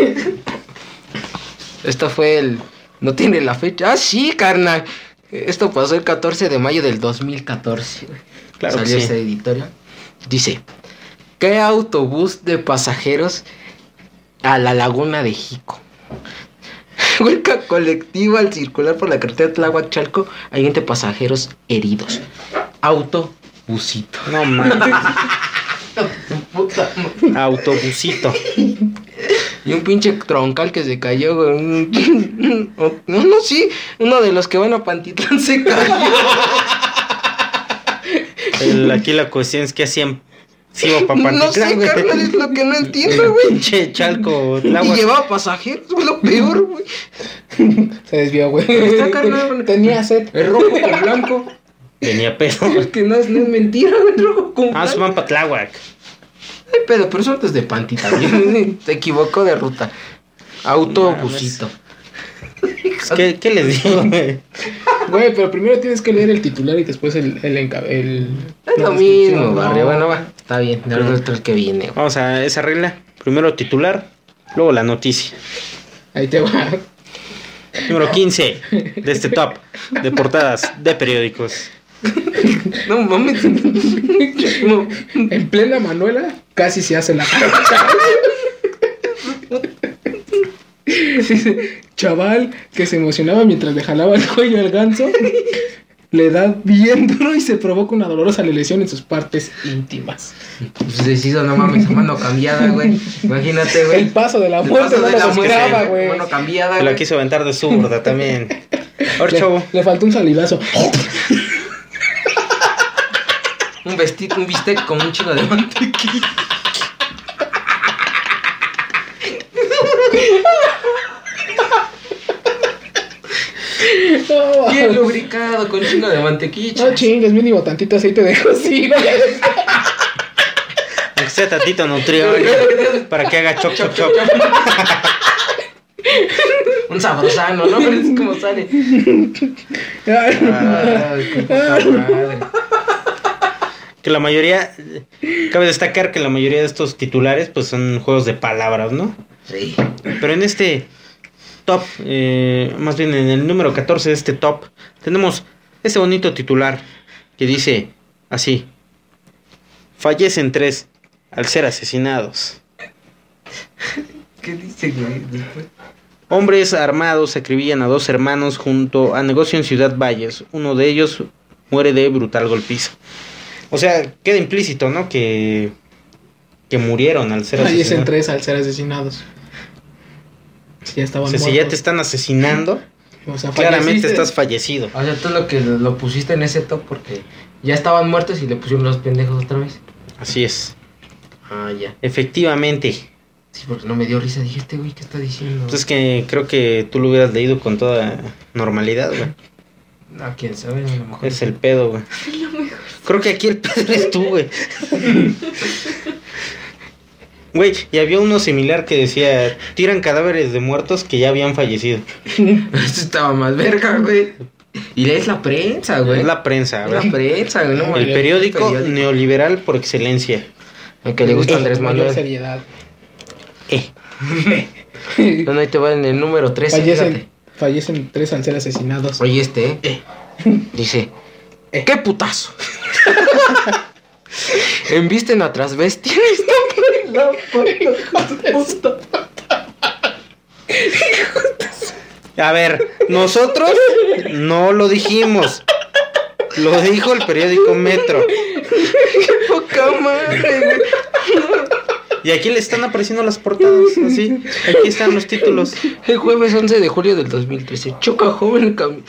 Speaker 6: Esto fue el. No tiene la fecha. Ah, sí, carnal. Esto pasó el 14 de mayo del 2014.
Speaker 4: Claro que
Speaker 6: Salió esta
Speaker 4: sí.
Speaker 6: editorial. Dice: ¿Qué autobús de pasajeros a la laguna de Jico? Huelga colectiva al circular por la carretera Tláhuac-Chalco. Hay 20 pasajeros heridos. Autobusito.
Speaker 4: No mames.
Speaker 6: Puta
Speaker 4: Autobusito.
Speaker 6: Y un pinche troncal que se cayó, güey. Un- No, no, sí. Uno de los que van a Pantitlán se cayó.
Speaker 4: El- aquí la cuestión es que hacían. Sí, o papá.
Speaker 6: no sé, carnal, es lo que no entiendo, güey.
Speaker 4: Pinche chalco.
Speaker 6: Y
Speaker 4: Tláhuac.
Speaker 6: llevaba pasajeros, güey, lo peor, güey.
Speaker 5: Se desvió, güey.
Speaker 6: Está carnal.
Speaker 5: Tenía sed.
Speaker 6: Es rojo con blanco.
Speaker 4: Venía pedo.
Speaker 6: Porque no es, no es mentira, güey, es rojo con
Speaker 4: Ah,
Speaker 6: blanco.
Speaker 4: suban para Tláhuac.
Speaker 6: Ay, pero, pero eso antes de Pantitlán. Se equivocó de ruta. Autobusito.
Speaker 4: Pues, ¿Qué, ¿Qué les digo, güey?
Speaker 5: Güey, pero primero tienes que leer el titular y después el, el, enca- el-
Speaker 6: Es
Speaker 5: la
Speaker 6: lo
Speaker 5: descripción,
Speaker 6: mismo,
Speaker 5: ¿no?
Speaker 6: barrio. Bueno, va. Está bien. De verdad, otro el que viene, güey.
Speaker 4: Vamos a esa regla. Primero titular, luego la noticia.
Speaker 5: Ahí te va.
Speaker 4: Número 15 de este top de portadas de periódicos.
Speaker 6: No mames. No.
Speaker 5: En plena Manuela, casi se hace la Dice, chaval que se emocionaba mientras le jalaba el cuello al ganso, le da bien duro y se provoca una dolorosa lesión en sus partes íntimas.
Speaker 6: Pues decido, no mames, a mano cambiada, güey. Imagínate, güey.
Speaker 5: El paso de la
Speaker 6: El
Speaker 5: muerte
Speaker 6: paso
Speaker 5: no
Speaker 6: de
Speaker 5: lo
Speaker 6: la muerte,
Speaker 5: esperaba, güey.
Speaker 6: Mano cambiada,
Speaker 4: Se la
Speaker 6: güey.
Speaker 4: quiso aventar de zurda también. Ahora,
Speaker 5: Le,
Speaker 4: chavo.
Speaker 5: le faltó un salivazo.
Speaker 6: Un vestido, un bistec con un chingo de mantequilla.
Speaker 5: No,
Speaker 6: Bien lubricado con chingo de mantequilla.
Speaker 5: no chingues, mínimo tantito aceite de cocina.
Speaker 4: Aunque sea tatito nutriólogo. Para que haga chop, chop, chop.
Speaker 6: Un sabrosano, ¿no? Pero es como sale.
Speaker 5: Ay,
Speaker 6: Ay, qué puta madre.
Speaker 4: Que la mayoría. Cabe destacar que la mayoría de estos titulares, pues son juegos de palabras, ¿no?
Speaker 6: Sí.
Speaker 4: Pero en este top, eh, más bien en el número 14 de este top, tenemos este bonito titular que dice así: Fallecen tres al ser asesinados.
Speaker 6: ¿Qué dice, güey? Después.
Speaker 4: Hombres armados acribillan a dos hermanos junto a negocio en Ciudad Valles. Uno de ellos muere de brutal golpiza. O sea, queda implícito, ¿no? Que, que murieron al ser
Speaker 5: Fallecen
Speaker 4: asesinados.
Speaker 5: tres al ser asesinados. Si ya
Speaker 4: O
Speaker 5: estaban
Speaker 4: sea, si ya te
Speaker 5: muertos.
Speaker 4: están asesinando,
Speaker 5: O sea,
Speaker 4: claramente
Speaker 5: falleciste.
Speaker 4: estás fallecido.
Speaker 6: O sea, tú lo que lo pusiste en ese top porque ya estaban muertos y le pusieron los pendejos otra vez.
Speaker 4: Así es.
Speaker 6: Ah, ya.
Speaker 4: Efectivamente.
Speaker 6: Sí, porque no me dio risa. Dije, este güey, ¿qué está diciendo?
Speaker 4: Pues es que creo que tú lo hubieras leído con toda normalidad, güey.
Speaker 6: Ah, quién sabe, a lo mejor.
Speaker 4: Es el pedo, güey. Creo que aquí el pedo eres tú, güey. Güey, y había uno similar que decía, tiran cadáveres de muertos que ya habían fallecido.
Speaker 6: Esto estaba más verga, güey. Y lees la prensa, güey.
Speaker 4: Es la prensa,
Speaker 6: La
Speaker 4: ¿verdad?
Speaker 6: prensa, güey. no mames.
Speaker 4: El periódico neoliberal por excelencia.
Speaker 6: El que le gusta a Andrés
Speaker 5: Mayor
Speaker 6: Manuel.
Speaker 5: seriedad.
Speaker 4: Eh.
Speaker 6: No, no, ahí te va en el número 13. fíjate.
Speaker 5: Fallecen, fallecen tres al ser asesinados.
Speaker 6: Oye, este, eh. Dice,
Speaker 4: Eh.
Speaker 6: ¡qué putazo! Envisten a transvesti.
Speaker 4: A ver, nosotros no lo dijimos. Lo dijo el periódico Metro.
Speaker 6: Poca madre, güey.
Speaker 4: Y aquí le están apareciendo las portadas, así. Aquí están los títulos.
Speaker 6: El jueves 11 de julio del 2013 choca joven, cami-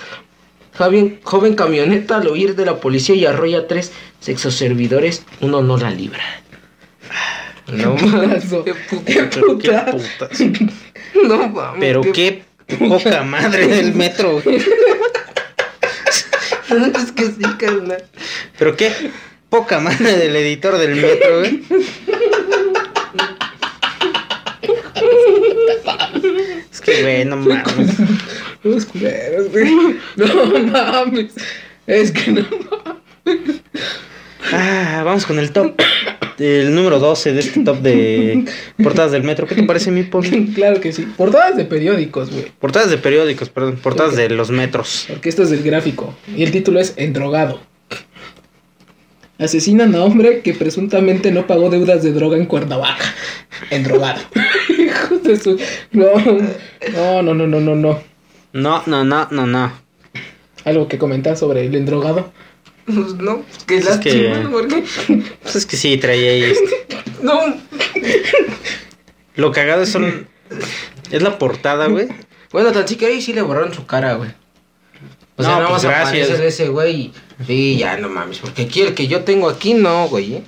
Speaker 6: Javi- joven camioneta al huir de la policía y arrolla a tres sexoservidores. Uno no la libra. No mames.
Speaker 5: putazo.
Speaker 6: Qué
Speaker 4: Pero
Speaker 6: puta-
Speaker 4: qué putas.
Speaker 6: No mames.
Speaker 4: Pero qué poca madre del Metro. güey.
Speaker 6: Es que sí, carnal.
Speaker 4: Pero qué poca madre del editor del Metro, güey. Es que, güey, no mames.
Speaker 5: Los culeros, güey. No mames. Es que no mames.
Speaker 4: Ah, vamos con el top. El número 12 de este top de portadas del metro. ¿Qué te parece, mi Paul?
Speaker 5: Claro que sí. Portadas de periódicos, güey.
Speaker 4: Portadas de periódicos, perdón. Portadas de los metros.
Speaker 5: Porque esto es del gráfico. Y el título es Endrogado. Asesinan a hombre que presuntamente no pagó deudas de droga en Cuernavaca. Endrogado. Hijos de su- No, no, no, no, no, no.
Speaker 4: No, no, no, no, no.
Speaker 5: Algo que comentar sobre el endrogado.
Speaker 6: Pues no, pues qué
Speaker 4: Es que-
Speaker 6: lástima, porque-
Speaker 4: Pues es que sí, traía ahí este.
Speaker 6: No.
Speaker 4: Lo cagado es son. Es la portada, güey.
Speaker 6: Bueno, tan siquiera ahí sí le borraron su cara, güey. O sea,
Speaker 4: No,
Speaker 6: nada
Speaker 4: pues,
Speaker 6: más
Speaker 4: gracias.
Speaker 6: aparece ese güey. y- Sí, ya no mames, porque aquí el que yo tengo aquí no, güey. ¿eh?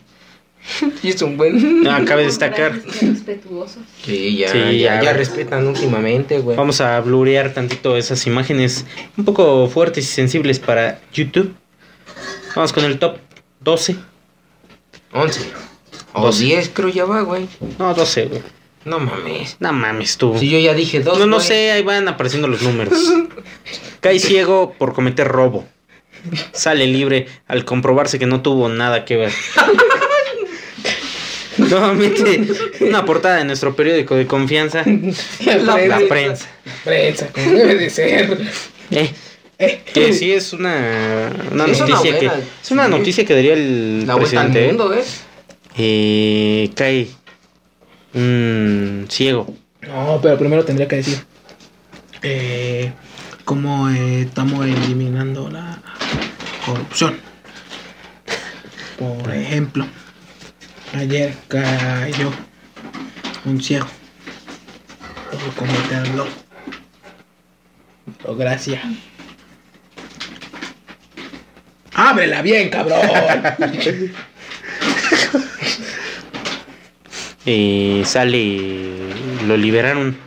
Speaker 6: Y es un buen.
Speaker 4: No, Ah, cabe destacar.
Speaker 10: Respetuosos.
Speaker 6: Sí, ya,
Speaker 4: Sí,
Speaker 6: ya,
Speaker 4: ya.
Speaker 6: ya respetan últimamente, güey.
Speaker 4: Vamos a blurear tantito esas imágenes un poco fuertes y sensibles para YouTube. Vamos con el top 12.
Speaker 6: 11. O 10, creo ya va, güey.
Speaker 4: No, 12, güey.
Speaker 6: No mames.
Speaker 4: No mames, tú.
Speaker 6: Si yo ya dije dos.
Speaker 4: No, no
Speaker 6: güey.
Speaker 4: sé, ahí van apareciendo los números. Cae ciego por cometer robo. Sale libre al comprobarse que no tuvo nada que ver. Nuevamente, una portada de nuestro periódico de confianza,
Speaker 5: La
Speaker 4: la
Speaker 5: prensa.
Speaker 4: prensa.
Speaker 5: Prensa, como debe de ser.
Speaker 4: Eh,
Speaker 5: Eh,
Speaker 4: que sí es una, una
Speaker 6: Sí, es una
Speaker 4: noticia que
Speaker 6: buena,
Speaker 4: es una
Speaker 6: sí.
Speaker 4: noticia que daría el
Speaker 6: La vuelta al
Speaker 4: presidente. ¿eh?
Speaker 6: mundo, ¿eh?
Speaker 4: Eh, cae un ciego.
Speaker 5: No, pero primero tendría que decir. Eh, ¿Cómo eh, estamos eliminando la corrupción? Por ejemplo, ayer cayó un ciego por cometerlo. Pero gracias. ¡Ábrela bien, cabrón!
Speaker 4: eh, sale, lo liberaron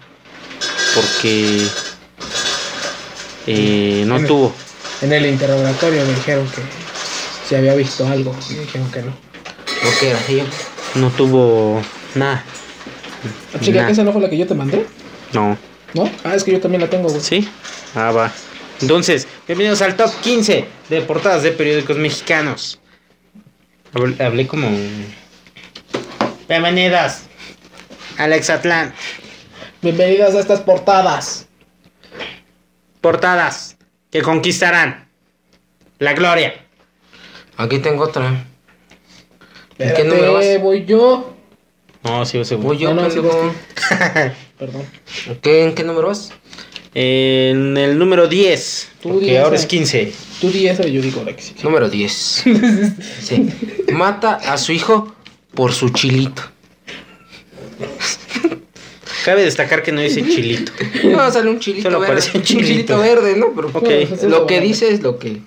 Speaker 4: porque eh, no
Speaker 5: Dime.
Speaker 4: tuvo.
Speaker 5: en el interrogatorio me dijeron que si había visto algo. Me dijeron que no.
Speaker 6: ¿O qué era? Sí, yo.
Speaker 4: No tuvo nada.
Speaker 5: Chica,
Speaker 4: Nah.
Speaker 5: ¿esa no fue la que yo te mandé?
Speaker 4: No.
Speaker 5: ¿No? Ah, es que yo también la tengo, güey.
Speaker 4: ¿Sí? Ah, va. Entonces, bienvenidos al top 15 de portadas de periódicos mexicanos. Habl- Hablé como... Bienvenidas. Alex Atlán.
Speaker 5: Bienvenidas a estas portadas.
Speaker 4: Portadas que conquistarán la gloria.
Speaker 6: Aquí tengo otra. ¿En qué
Speaker 5: Espérate,
Speaker 6: número vas?
Speaker 5: voy yo.
Speaker 4: No, sigo seguro.
Speaker 6: Voy yo,
Speaker 5: No, no, sí,
Speaker 6: tengo-
Speaker 5: Perdón.
Speaker 6: ¿Qué- ¿En qué número vas?
Speaker 4: En el número 10,
Speaker 5: Tú
Speaker 4: porque
Speaker 5: diez,
Speaker 4: ahora
Speaker 5: eh.
Speaker 4: es 15.
Speaker 5: Tú di esa y yo digo la que sí.
Speaker 6: Número 10. Sí. Mata a su hijo por su chilito.
Speaker 4: Cabe destacar que no dice chilito.
Speaker 6: No, sale un chilito
Speaker 4: Solo
Speaker 6: verde.
Speaker 4: parece un
Speaker 6: un chilito.
Speaker 4: chilito.
Speaker 6: verde, ¿no? Pero
Speaker 4: Ok.
Speaker 6: pues, lo que dice es lo que.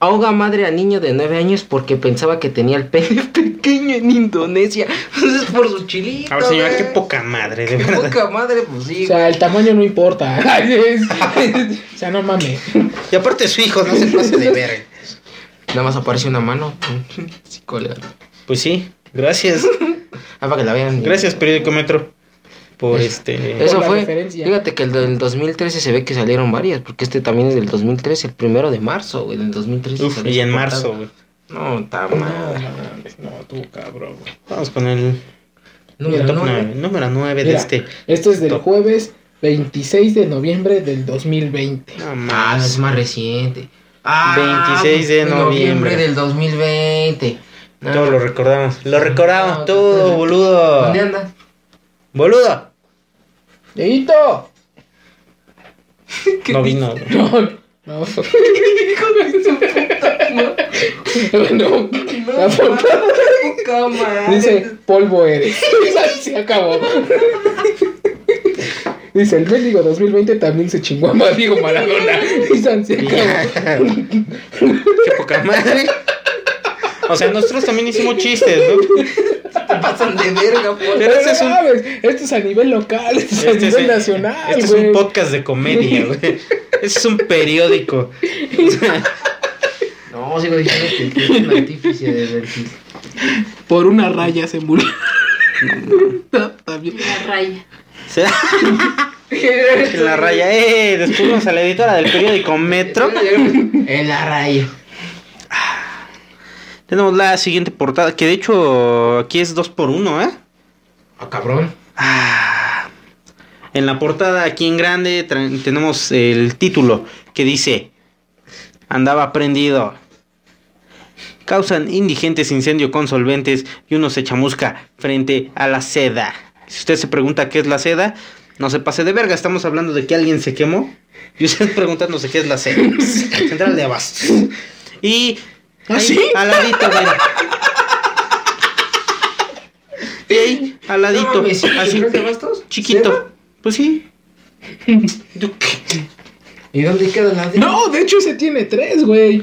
Speaker 6: Ahoga madre a niño de 9 años porque pensaba que tenía el pene pequeño en Indonesia. Entonces por su chilito.
Speaker 4: A ver, señora, qué
Speaker 6: güey.
Speaker 4: poca madre, de
Speaker 6: Qué
Speaker 4: verdad.
Speaker 6: poca madre, pues sí.
Speaker 5: O sea, el tamaño no importa. Ay, es- o sea, no mames.
Speaker 4: Y aparte su hijo, no se pase de verga.
Speaker 6: Nada más aparece una mano. Sí, colega.
Speaker 4: Pues sí, gracias.
Speaker 6: Ah, para que la vean.
Speaker 4: Gracias, periódico Metro. por este...
Speaker 6: Eso
Speaker 5: la
Speaker 6: fue.
Speaker 5: referencia.
Speaker 6: Fíjate que el del 2013 se ve que salieron varias, porque este también es del 2013, el primero de marzo, güey. Del 2013.
Speaker 4: Uf,
Speaker 6: salió
Speaker 4: y en
Speaker 6: esa
Speaker 4: marzo,
Speaker 6: portada.
Speaker 4: güey.
Speaker 6: No, está
Speaker 5: No,
Speaker 6: mal.
Speaker 5: mames, no, tú cabrón. güey.
Speaker 4: Vamos con el
Speaker 6: Número
Speaker 5: Mira,
Speaker 4: top
Speaker 5: no,
Speaker 6: nueve.
Speaker 4: 9, número 9 de
Speaker 5: Mira,
Speaker 4: este...
Speaker 5: Esto es del
Speaker 4: Top.
Speaker 5: jueves 26 de noviembre del 2020.
Speaker 4: No
Speaker 6: Ah,
Speaker 4: más.
Speaker 6: es más reciente. Ah,
Speaker 4: 26 de noviembre.
Speaker 6: del 2020. No.
Speaker 4: Todo lo recordamos. Lo recordamos
Speaker 6: No,
Speaker 4: todo,
Speaker 6: no.
Speaker 4: boludo.
Speaker 6: ¿Dónde andas?
Speaker 4: Boludo.
Speaker 5: ¡Dieguito!
Speaker 4: No vino. güey.
Speaker 5: No, no. bueno, la portada dice polvo eres. Se acabó. Dice, el mendigo 2020 también se chingó a Diego Maradona. Y San se acabó.
Speaker 4: Qué poca madre. O sea, nosotros también hicimos chistes, ¿no?
Speaker 6: Pasan de verga, por.
Speaker 4: Pero este es un,
Speaker 5: ¿sabes? Esto es a nivel local, esto es
Speaker 4: este
Speaker 5: a
Speaker 4: es-
Speaker 5: nivel nacional,
Speaker 4: este es
Speaker 5: güey.
Speaker 4: un podcast de comedia, güey. Este es un periódico. O sea,
Speaker 6: No, sigo diciendo que el tío es un artífice de vergüenza.
Speaker 5: Por una raya se murió. No, también.
Speaker 10: La raya.
Speaker 4: se- en la raya, eh, descubrimos a la editora del periódico Metro.
Speaker 6: En la raya.
Speaker 4: Tenemos la siguiente portada, que de hecho aquí es 2 por 1 ¿eh?
Speaker 6: Ah, cabrón.
Speaker 4: Ah. En la portada aquí en grande tra- tenemos el título que dice Andaba prendido. Causan indigentes incendio con solventes y uno se chamusca frente a la seda. Si usted se pregunta qué es la seda, no se pase de verga, estamos hablando de que alguien se quemó y usted preguntándose qué es la seda. Central de abastos. Y ahí, al ladito, mira. Y ahí, al ladito,
Speaker 6: mames, ¿sí?
Speaker 4: así,
Speaker 6: ¿Central de abastos?
Speaker 4: chiquito.
Speaker 6: ¿Seda?
Speaker 4: Pues sí,
Speaker 6: ¿Y dónde queda la de?
Speaker 5: No, de hecho ese tiene tres, güey.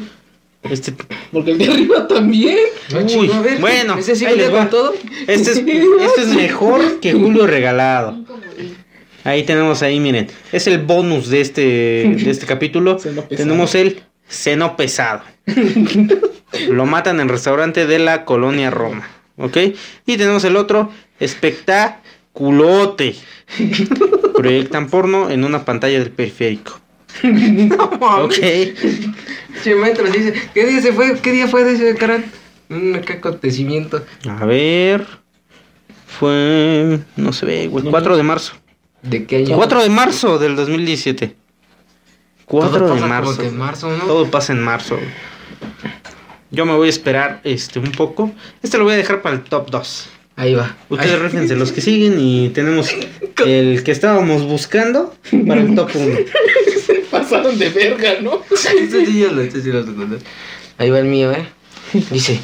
Speaker 4: este
Speaker 5: Porque el de arriba también.
Speaker 6: No, chico,
Speaker 4: Uy,
Speaker 6: a ver,
Speaker 4: bueno,
Speaker 6: ¿Ese sí
Speaker 4: ahí les
Speaker 6: venía
Speaker 4: va.
Speaker 6: con todo?
Speaker 4: Este es, este es mejor que Julio regalado.
Speaker 10: Un comodín.
Speaker 4: Ahí tenemos ahí, miren. Es el bonus de este, de este capítulo.
Speaker 5: Seno pesado.
Speaker 4: Tenemos el seno pesado. Lo matan en restaurante de la colonia Roma. ¿Ok? Y tenemos el otro, espectaculote. Proyectan porno en una pantalla del periférico.
Speaker 6: No,
Speaker 4: Ok.
Speaker 6: Che, maestro, dice, ¿qué día se fue? ¿Qué día fue de ese carnal? Mm, qué acontecimiento.
Speaker 4: A ver. Fue. No se ve, güey. 4 de marzo.
Speaker 6: ¿De qué año?
Speaker 4: 4 de marzo del 2017. 4
Speaker 6: Todo
Speaker 4: de
Speaker 6: pasa
Speaker 4: marzo.
Speaker 6: Como que en marzo, ¿no?
Speaker 4: Todo pasa en marzo. güey. Yo me voy a esperar este un poco. Este lo voy a dejar para el top 2.
Speaker 6: Ahí va.
Speaker 4: Ustedes
Speaker 6: Ahí.
Speaker 4: réfense los que siguen y tenemos el que estábamos buscando para el top 1.
Speaker 5: Se pasaron de verga, ¿no?
Speaker 6: Este sí ya lo- este sí lo recuerdo. Ahí va el mío, ¿eh? Dice,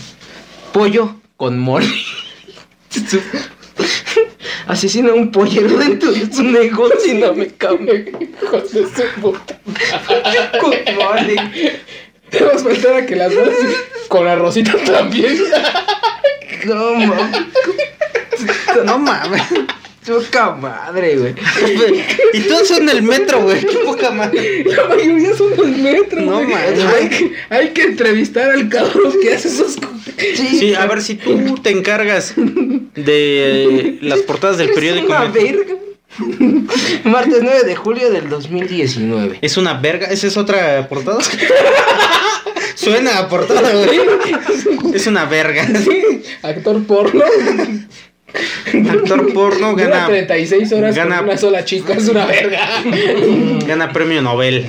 Speaker 6: pollo con mole. Asesina a un pollero dentro de su negocio y no me cambia.
Speaker 5: Hijos de su puta.
Speaker 6: Con mole.
Speaker 5: Te vas a faltar a que las dos con la rosita también.
Speaker 6: No mames.
Speaker 4: No mames.
Speaker 6: Choca madre, güey.
Speaker 4: Y todos son del metro, güey. Qué poca madre.
Speaker 5: La mayoría son dos metros,
Speaker 4: No,
Speaker 5: güey.
Speaker 4: mames.
Speaker 5: Hay que, hay que entrevistar al cabrón que hace esos.
Speaker 4: Sí, a ver si tú te encargas de eh, las portadas del
Speaker 6: Es
Speaker 4: periódico.
Speaker 6: una
Speaker 4: Metro.
Speaker 6: verga. Martes 9 de julio del 2019.
Speaker 4: Es una verga, esa es otra portada. Suena a portada, güey. Es una verga.
Speaker 5: Actor porno.
Speaker 4: Actor porno
Speaker 5: Dura
Speaker 4: gana,
Speaker 5: 36 horas
Speaker 4: gana-
Speaker 5: con una sola chica. Es una verga.
Speaker 4: gana premio Nobel.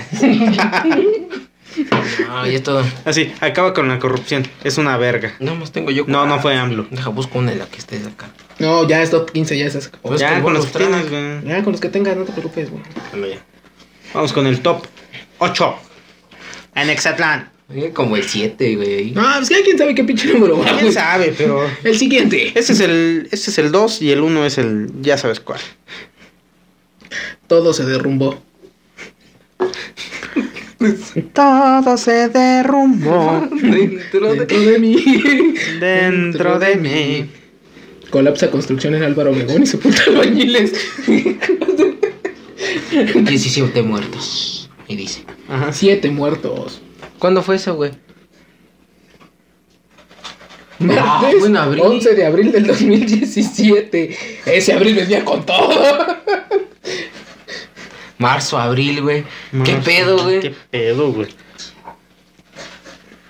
Speaker 6: Ah, ya es todo.
Speaker 4: Así, acaba con la corrupción. Es una verga.
Speaker 6: No más tengo yo.
Speaker 4: No, no fue AMLO.
Speaker 6: Deja, busco una de la que estés acá.
Speaker 5: No, ya es top 15, ya estás.
Speaker 6: Pues que
Speaker 4: ya
Speaker 6: el
Speaker 4: con los
Speaker 6: bonus
Speaker 4: que
Speaker 6: track.
Speaker 4: tienes, güey.
Speaker 5: Ya, con los que tengas, no te preocupes, güey.
Speaker 6: Bueno, ya.
Speaker 4: Vamos con el top 8. En Exatlán.
Speaker 6: Eh, Como el 7, güey.
Speaker 5: No, pues que quién sabe qué pinche número va.
Speaker 4: ¿Quién
Speaker 5: güey.
Speaker 4: sabe? Pero
Speaker 5: El siguiente.
Speaker 4: ese es el ese es el 2 y el 1 es el ya sabes cuál.
Speaker 5: Todo se derrumbó.
Speaker 4: Todo se derrumbó
Speaker 6: Dentro
Speaker 5: Dentro de mí.
Speaker 4: dentro de mí.
Speaker 5: Colapsa construcción en Álvaro Obregón y sepulta albañiles.
Speaker 6: 17 muertos. Y dice.
Speaker 4: Ajá.
Speaker 5: Siete muertos.
Speaker 6: ¿Cuándo fue eso, güey? Ah,
Speaker 5: Martes,
Speaker 6: fue en abril.
Speaker 5: 11 de abril del 2017. Ese abril venía con todo.
Speaker 6: Marzo, abril, güey. ¿Qué
Speaker 4: Marzo,
Speaker 6: pedo,
Speaker 4: ¿Qué
Speaker 6: güey?
Speaker 4: pedo, güey?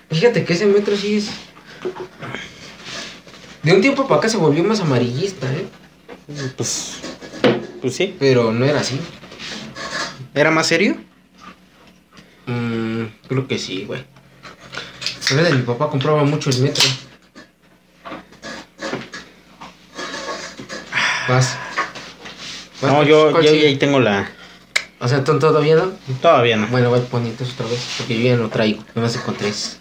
Speaker 6: Fíjate que ese metro sí es. De un tiempo para acá se volvió más amarillista, ¿eh?
Speaker 4: Pues, pues sí.
Speaker 6: Pero no era así.
Speaker 4: ¿Era más serio?
Speaker 6: Mm, creo que sí, güey. La verdad, mi papá compraba mucho el metro. Vas. Vas,
Speaker 4: No,
Speaker 6: ¿cuál
Speaker 4: yo, yo
Speaker 6: sigue?
Speaker 4: ahí tengo la...
Speaker 6: O sea, ¿tú todavía no?
Speaker 4: Todavía no.
Speaker 6: Bueno, voy poniendo eso otra vez, porque yo ya no traigo. Nomás encontré eso.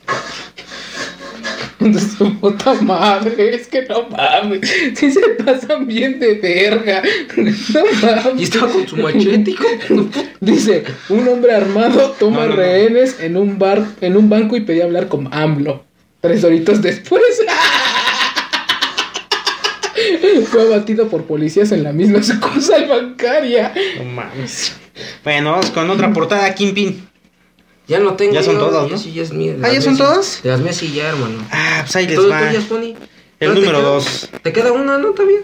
Speaker 5: De su puta madre, es que no mames. Si se pasan bien de verga. No
Speaker 6: Y
Speaker 5: mames.
Speaker 6: estaba con su machete, hijo de su puta.
Speaker 5: Dice, un hombre armado toma
Speaker 4: No, no, no.
Speaker 5: rehenes en un bar, en un banco y pedía hablar con AMLO. Tres horitos después. Fue abatido por policías en la misma sucursal bancaria.
Speaker 4: No mames. Bueno, vamos con otra portada, Kimpin.
Speaker 6: Ya no tengo.
Speaker 4: Ya son
Speaker 6: yo,
Speaker 4: todas,
Speaker 6: yo
Speaker 4: ¿no?
Speaker 6: sí, ya es mía, de
Speaker 4: Ah,
Speaker 6: las
Speaker 4: ¿ya son
Speaker 6: mías sí-
Speaker 4: todas?
Speaker 6: De las mías sí, ya, hermano.
Speaker 4: Ah, pues ahí les
Speaker 6: ¿Todo,
Speaker 4: va.
Speaker 6: ya es Pony?
Speaker 4: El
Speaker 6: ¿No te
Speaker 4: número
Speaker 6: queda-
Speaker 4: dos.
Speaker 6: ¿Te queda una, no? ¿Está bien?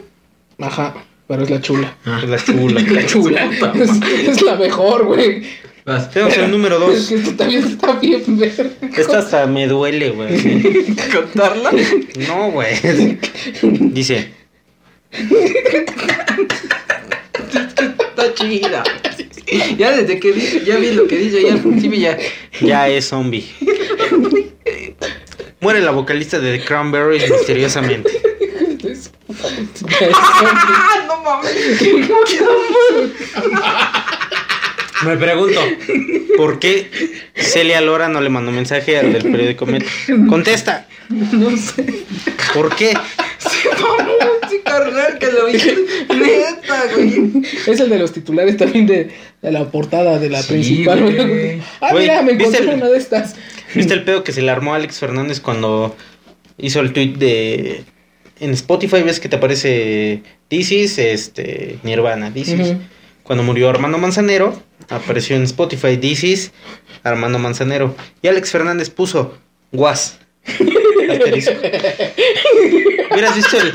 Speaker 5: Ajá, pero es la chula.
Speaker 6: Ah.
Speaker 4: La chula.
Speaker 5: La chula.
Speaker 6: Puta
Speaker 5: Es, es la mejor, güey.
Speaker 6: Vas.
Speaker 4: Tenemos el número 2.
Speaker 5: Es que esto también está bien verga.
Speaker 4: Esta hasta me duele, güey.
Speaker 6: ¿Contarla?
Speaker 4: No, güey. Dice,
Speaker 6: Está chida. Ya desde que dice, ya vi lo que dice ya al principio ya.
Speaker 4: ya es zombie. Eh, Muere la vocalista de The Cranberries misteriosamente.
Speaker 5: Es- es-
Speaker 6: ¡Ah, no mames!
Speaker 4: Me pregunto, ¿por qué Celia Lora no le mandó mensaje al del periódico Metro? Contesta,
Speaker 5: no sé.
Speaker 4: ¿por qué?
Speaker 6: Sí, carnal, que lo dije. Neta, güey.
Speaker 5: Es el de los titulares también de, de la portada de la
Speaker 6: Sí,
Speaker 5: principal.
Speaker 6: güey.
Speaker 5: Ah,
Speaker 4: Güey,
Speaker 5: mira, me
Speaker 4: ¿viste
Speaker 5: encontré
Speaker 4: el-
Speaker 5: una de estas.
Speaker 4: ¿Viste el pedo que se le armó a Alex Fernández cuando hizo el tweet de... En Spotify ves que te aparece This is, este, Nirvana, This is.
Speaker 5: Ujú.
Speaker 4: Cuando murió Armando Manzanero, apareció en Spotify This is Armando Manzanero. Y Alex Fernández puso Guas. Asterisco. Hubieras visto el.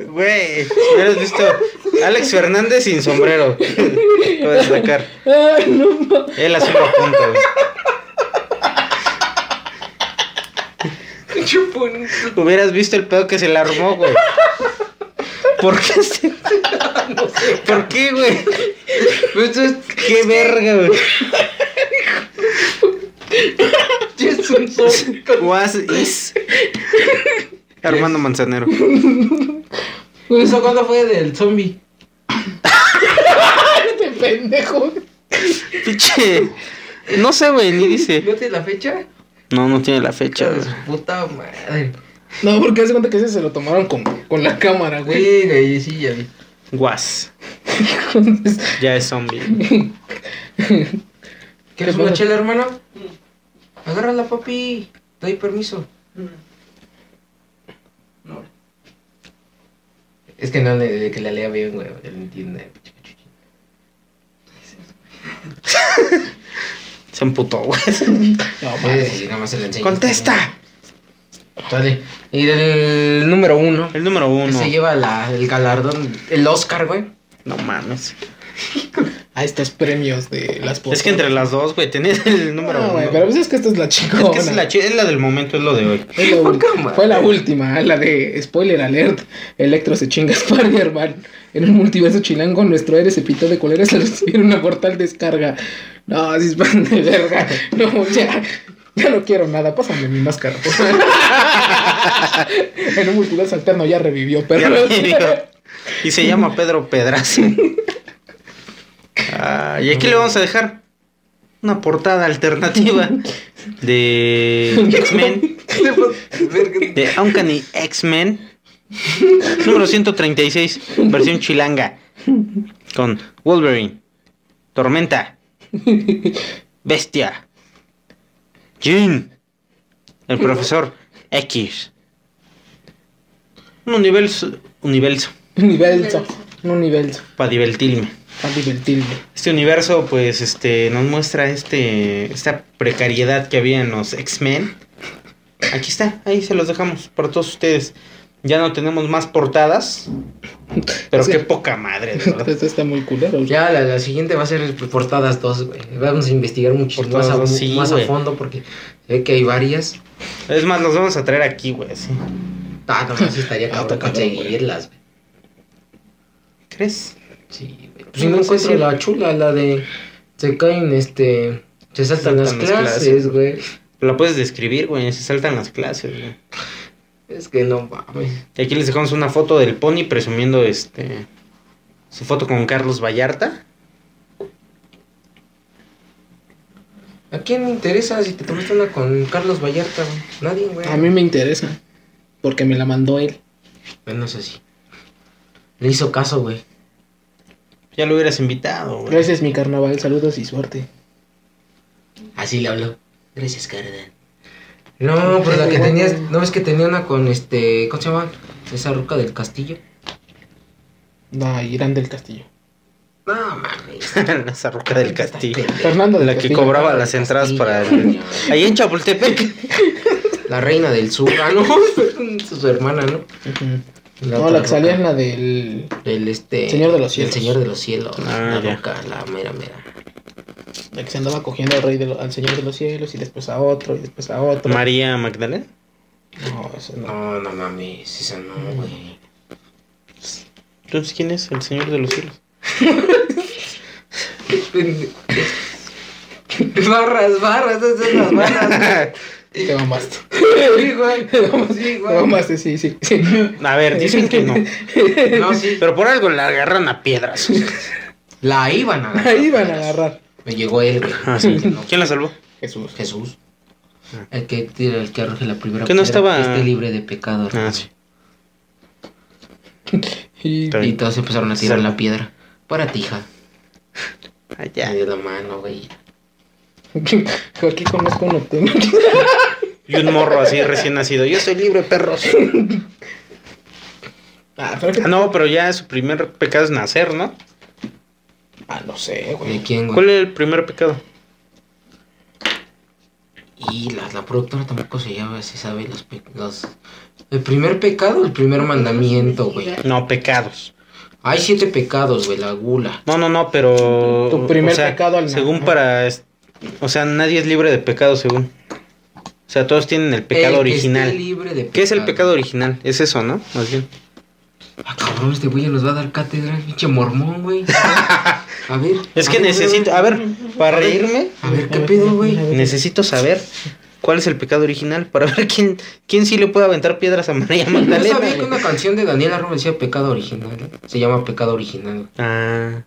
Speaker 4: Güey, hubieras visto Alex Fernández sin sombrero. Lo voy a destacar.
Speaker 5: Ay, no mames.
Speaker 4: Él así lo apunta, güey.
Speaker 6: Chupón.
Speaker 4: Hubieras visto el pedo que se le armó, güey. ¿Por qué se- ¿Por qué, güey?
Speaker 6: Esto Pues es,
Speaker 4: Qué verga, güey.
Speaker 6: es un tonto.
Speaker 4: Was is Armando Manzanero.
Speaker 6: ¿Eso cuándo fue del zombie?
Speaker 5: Este pendejo.
Speaker 4: Pinche. No sé, güey, ni dice.
Speaker 6: ¿No tiene la fecha?
Speaker 4: No, no tiene la fecha,
Speaker 6: Hija de
Speaker 4: güey.
Speaker 6: su puta madre.
Speaker 5: No, porque hace cuenta que ese se lo tomaron con, con la cámara, güey.
Speaker 6: Güey, güey, sí, ya vi.
Speaker 4: Was. Ya es zombie.
Speaker 6: ¿Quieres
Speaker 5: ¿Qué
Speaker 6: una
Speaker 5: pasa?
Speaker 6: chela, hermano? Agárrala, papi. Te doy permiso.
Speaker 10: No.
Speaker 6: Es que no, le- de que la lea bien, güey. Él entiende.
Speaker 4: Se emputó, güey.
Speaker 5: No, mames.
Speaker 6: Güey, nada más se la enseño.
Speaker 4: ¡Contesta!
Speaker 6: Dale. Y del número uno.
Speaker 4: El número
Speaker 6: que
Speaker 4: uno.
Speaker 6: Se lleva la- el galardón, el Oscar, güey.
Speaker 4: No mames.
Speaker 5: A estos premios de las
Speaker 4: Es que entre las dos, güey, tenés el número
Speaker 5: No,
Speaker 4: uno.
Speaker 5: güey, pero pues es que esta es la
Speaker 4: Es
Speaker 5: chingona.
Speaker 4: que es la, chi- es la del momento, es lo de hoy.
Speaker 5: Es la
Speaker 6: Por
Speaker 5: ul-
Speaker 6: cámara.
Speaker 5: Fue la última, la de spoiler alert. Electro se chinga a Spider-Man. En el multiverso chilango, nuestro héroe se pintó de colores al recibir una mortal descarga. No, si es pan de verga. No, ya. Ya no quiero nada. Pásame mi máscara, por favor. en un multiverso alterno ya revivió,
Speaker 4: Ya
Speaker 5: pero.
Speaker 4: lo digo. Y se llama Pedro Pedraza. Ah, y aquí le vamos a dejar una portada alternativa de X-Men, de Uncanny X-Men, número 136, versión chilanga, con Wolverine, Tormenta, Bestia, Jean, el profesor X. Un universo, universo,
Speaker 5: Universo. No, universo.
Speaker 4: para divertirme.
Speaker 5: a divertirme.
Speaker 4: Este universo, pues, este, nos muestra este, esta precariedad que había en los X-Men. Aquí está, ahí se los dejamos para todos ustedes. Ya no tenemos más portadas, pero
Speaker 5: Sí.
Speaker 4: qué poca madre, de verdad.
Speaker 5: Esto está muy culero.
Speaker 6: Ya, la, la siguiente va a ser portadas 2, güey. Vamos a investigar mucho
Speaker 4: Portadas
Speaker 6: más, a,
Speaker 4: dos, sí,
Speaker 6: más a
Speaker 4: güey.
Speaker 6: fondo porque sé que hay varias.
Speaker 4: Es más, nos vamos a traer aquí, güey. sí.
Speaker 6: Ah, no, sí estaría
Speaker 5: Ah,
Speaker 6: cabrón
Speaker 5: está cabrón, güey.
Speaker 6: conseguirlas, güey.
Speaker 4: ¿Crees?
Speaker 6: Sí, güey. Pues si no encuentro la chula, la de... Se caen, este... Se saltan
Speaker 4: Saltan
Speaker 6: las
Speaker 4: las
Speaker 6: clases,
Speaker 4: clases.
Speaker 6: güey.
Speaker 4: La puedes describir, güey. Se saltan las clases, güey.
Speaker 6: Es que no mames.
Speaker 4: Y aquí les dejamos una foto del Pony presumiendo este su foto con Carlos Vallarta.
Speaker 6: ¿A quién me interesa si te tomaste una con Carlos Vallarta, güey? Nadie, güey.
Speaker 5: A mí me interesa. Porque me la mandó él.
Speaker 6: Menos así. Le hizo caso, güey.
Speaker 4: Ya lo hubieras invitado, güey.
Speaker 5: Gracias, mi carnaval. Saludos y suerte.
Speaker 6: Así le habló. Gracias, Carden. No, pero la que
Speaker 5: Bueno.
Speaker 6: tenías, no ves que tenía una con este, ¿cómo se llama? Esa ruca del castillo.
Speaker 5: No, Irán del Castillo.
Speaker 6: No mames.
Speaker 4: la zarruca del castillo.
Speaker 5: Fernando del
Speaker 4: La que
Speaker 5: Castillo.
Speaker 4: cobraba las entradas para el... Ahí en Chapultepec.
Speaker 6: La reina del sur, ah, no, su, su hermana, ¿no?
Speaker 5: Ujú. No,
Speaker 6: otra
Speaker 5: la que salía es
Speaker 6: ruca.
Speaker 5: la del.
Speaker 6: El este.
Speaker 5: Señor de los Cielos.
Speaker 6: El señor de los cielos.
Speaker 4: Ah,
Speaker 6: la
Speaker 4: ya.
Speaker 6: ruca, la mera mera.
Speaker 5: La que se andaba cogiendo al rey de lo- al señor de los cielos y después a otro y después a otro.
Speaker 4: María Magdalena.
Speaker 5: No, eso no.
Speaker 6: No, no mames, esa no, güey.
Speaker 4: Entonces, ¿quién es el Señor de los Cielos?
Speaker 6: barras, barras, esas son las barras.
Speaker 5: Te mamaste.
Speaker 6: Sí, güey. Sí,
Speaker 5: Te
Speaker 6: güey.
Speaker 5: mamaste, sí, sí. sí.
Speaker 4: A ver, dicen que no.
Speaker 6: No, sí.
Speaker 4: Pero por algo la agarran a piedras.
Speaker 6: La iban a agarrar.
Speaker 5: Ahí van a agarrar.
Speaker 6: Me llegó él, güey.
Speaker 4: Ah, sí.
Speaker 6: No,
Speaker 4: ¿Quién la salvó?
Speaker 5: Jesús.
Speaker 6: Jesús. El que, tira- el que arroje la primera
Speaker 4: Que
Speaker 6: piedra,
Speaker 4: no estaba-
Speaker 6: que esté libre de pecado.
Speaker 4: Ah, sí.
Speaker 5: Y
Speaker 4: Está
Speaker 6: Y
Speaker 4: bien.
Speaker 6: todos empezaron a tirar la piedra. Para ti, hija.
Speaker 4: Ah,
Speaker 6: Me
Speaker 4: ya.
Speaker 6: dio la mano, güey.
Speaker 5: aquí conozco uno. tengo-
Speaker 4: Y un morro así recién nacido. Yo soy libre, perros.
Speaker 5: Ah, pero que.
Speaker 4: Ah, no, pero ya su primer pecado es nacer, ¿no?
Speaker 5: Ah, no sé,
Speaker 6: ¿De
Speaker 5: güey.
Speaker 6: quién, güey?
Speaker 4: ¿Cuál es el primer pecado?
Speaker 6: Y la, la productora tampoco se llama, se sabe los, pe- los- El primer pecado, el primer mandamiento, güey.
Speaker 4: No, pecados.
Speaker 6: Hay siete pecados, güey, la gula.
Speaker 4: No, no, no, pero.
Speaker 5: Tu primer
Speaker 4: o sea,
Speaker 5: pecado al nacer.
Speaker 4: Según para. es- O sea, nadie es libre de pecado, según. O sea, todos tienen el pecado
Speaker 6: El que
Speaker 4: original.
Speaker 6: esté libre de
Speaker 4: ¿Qué es el pecado original? Es eso, ¿no? Más bien.
Speaker 6: Ah, cabrón, este güey ya nos va a dar cátedra, pinche mormón, güey. A ver.
Speaker 4: Es
Speaker 6: a
Speaker 4: que
Speaker 6: ver,
Speaker 4: necesito.
Speaker 6: güey.
Speaker 4: A ver, para reírme,
Speaker 6: A ver, ¿qué pedo, güey?
Speaker 4: necesito saber cuál es el pecado original para ver quién, quién sí le puede aventar piedras a María
Speaker 6: No
Speaker 4: Magdalena.
Speaker 6: sabía que
Speaker 4: güey.
Speaker 6: una canción de Daniela Rubén decía pecado original. eh? Se llama pecado original.
Speaker 4: Ah,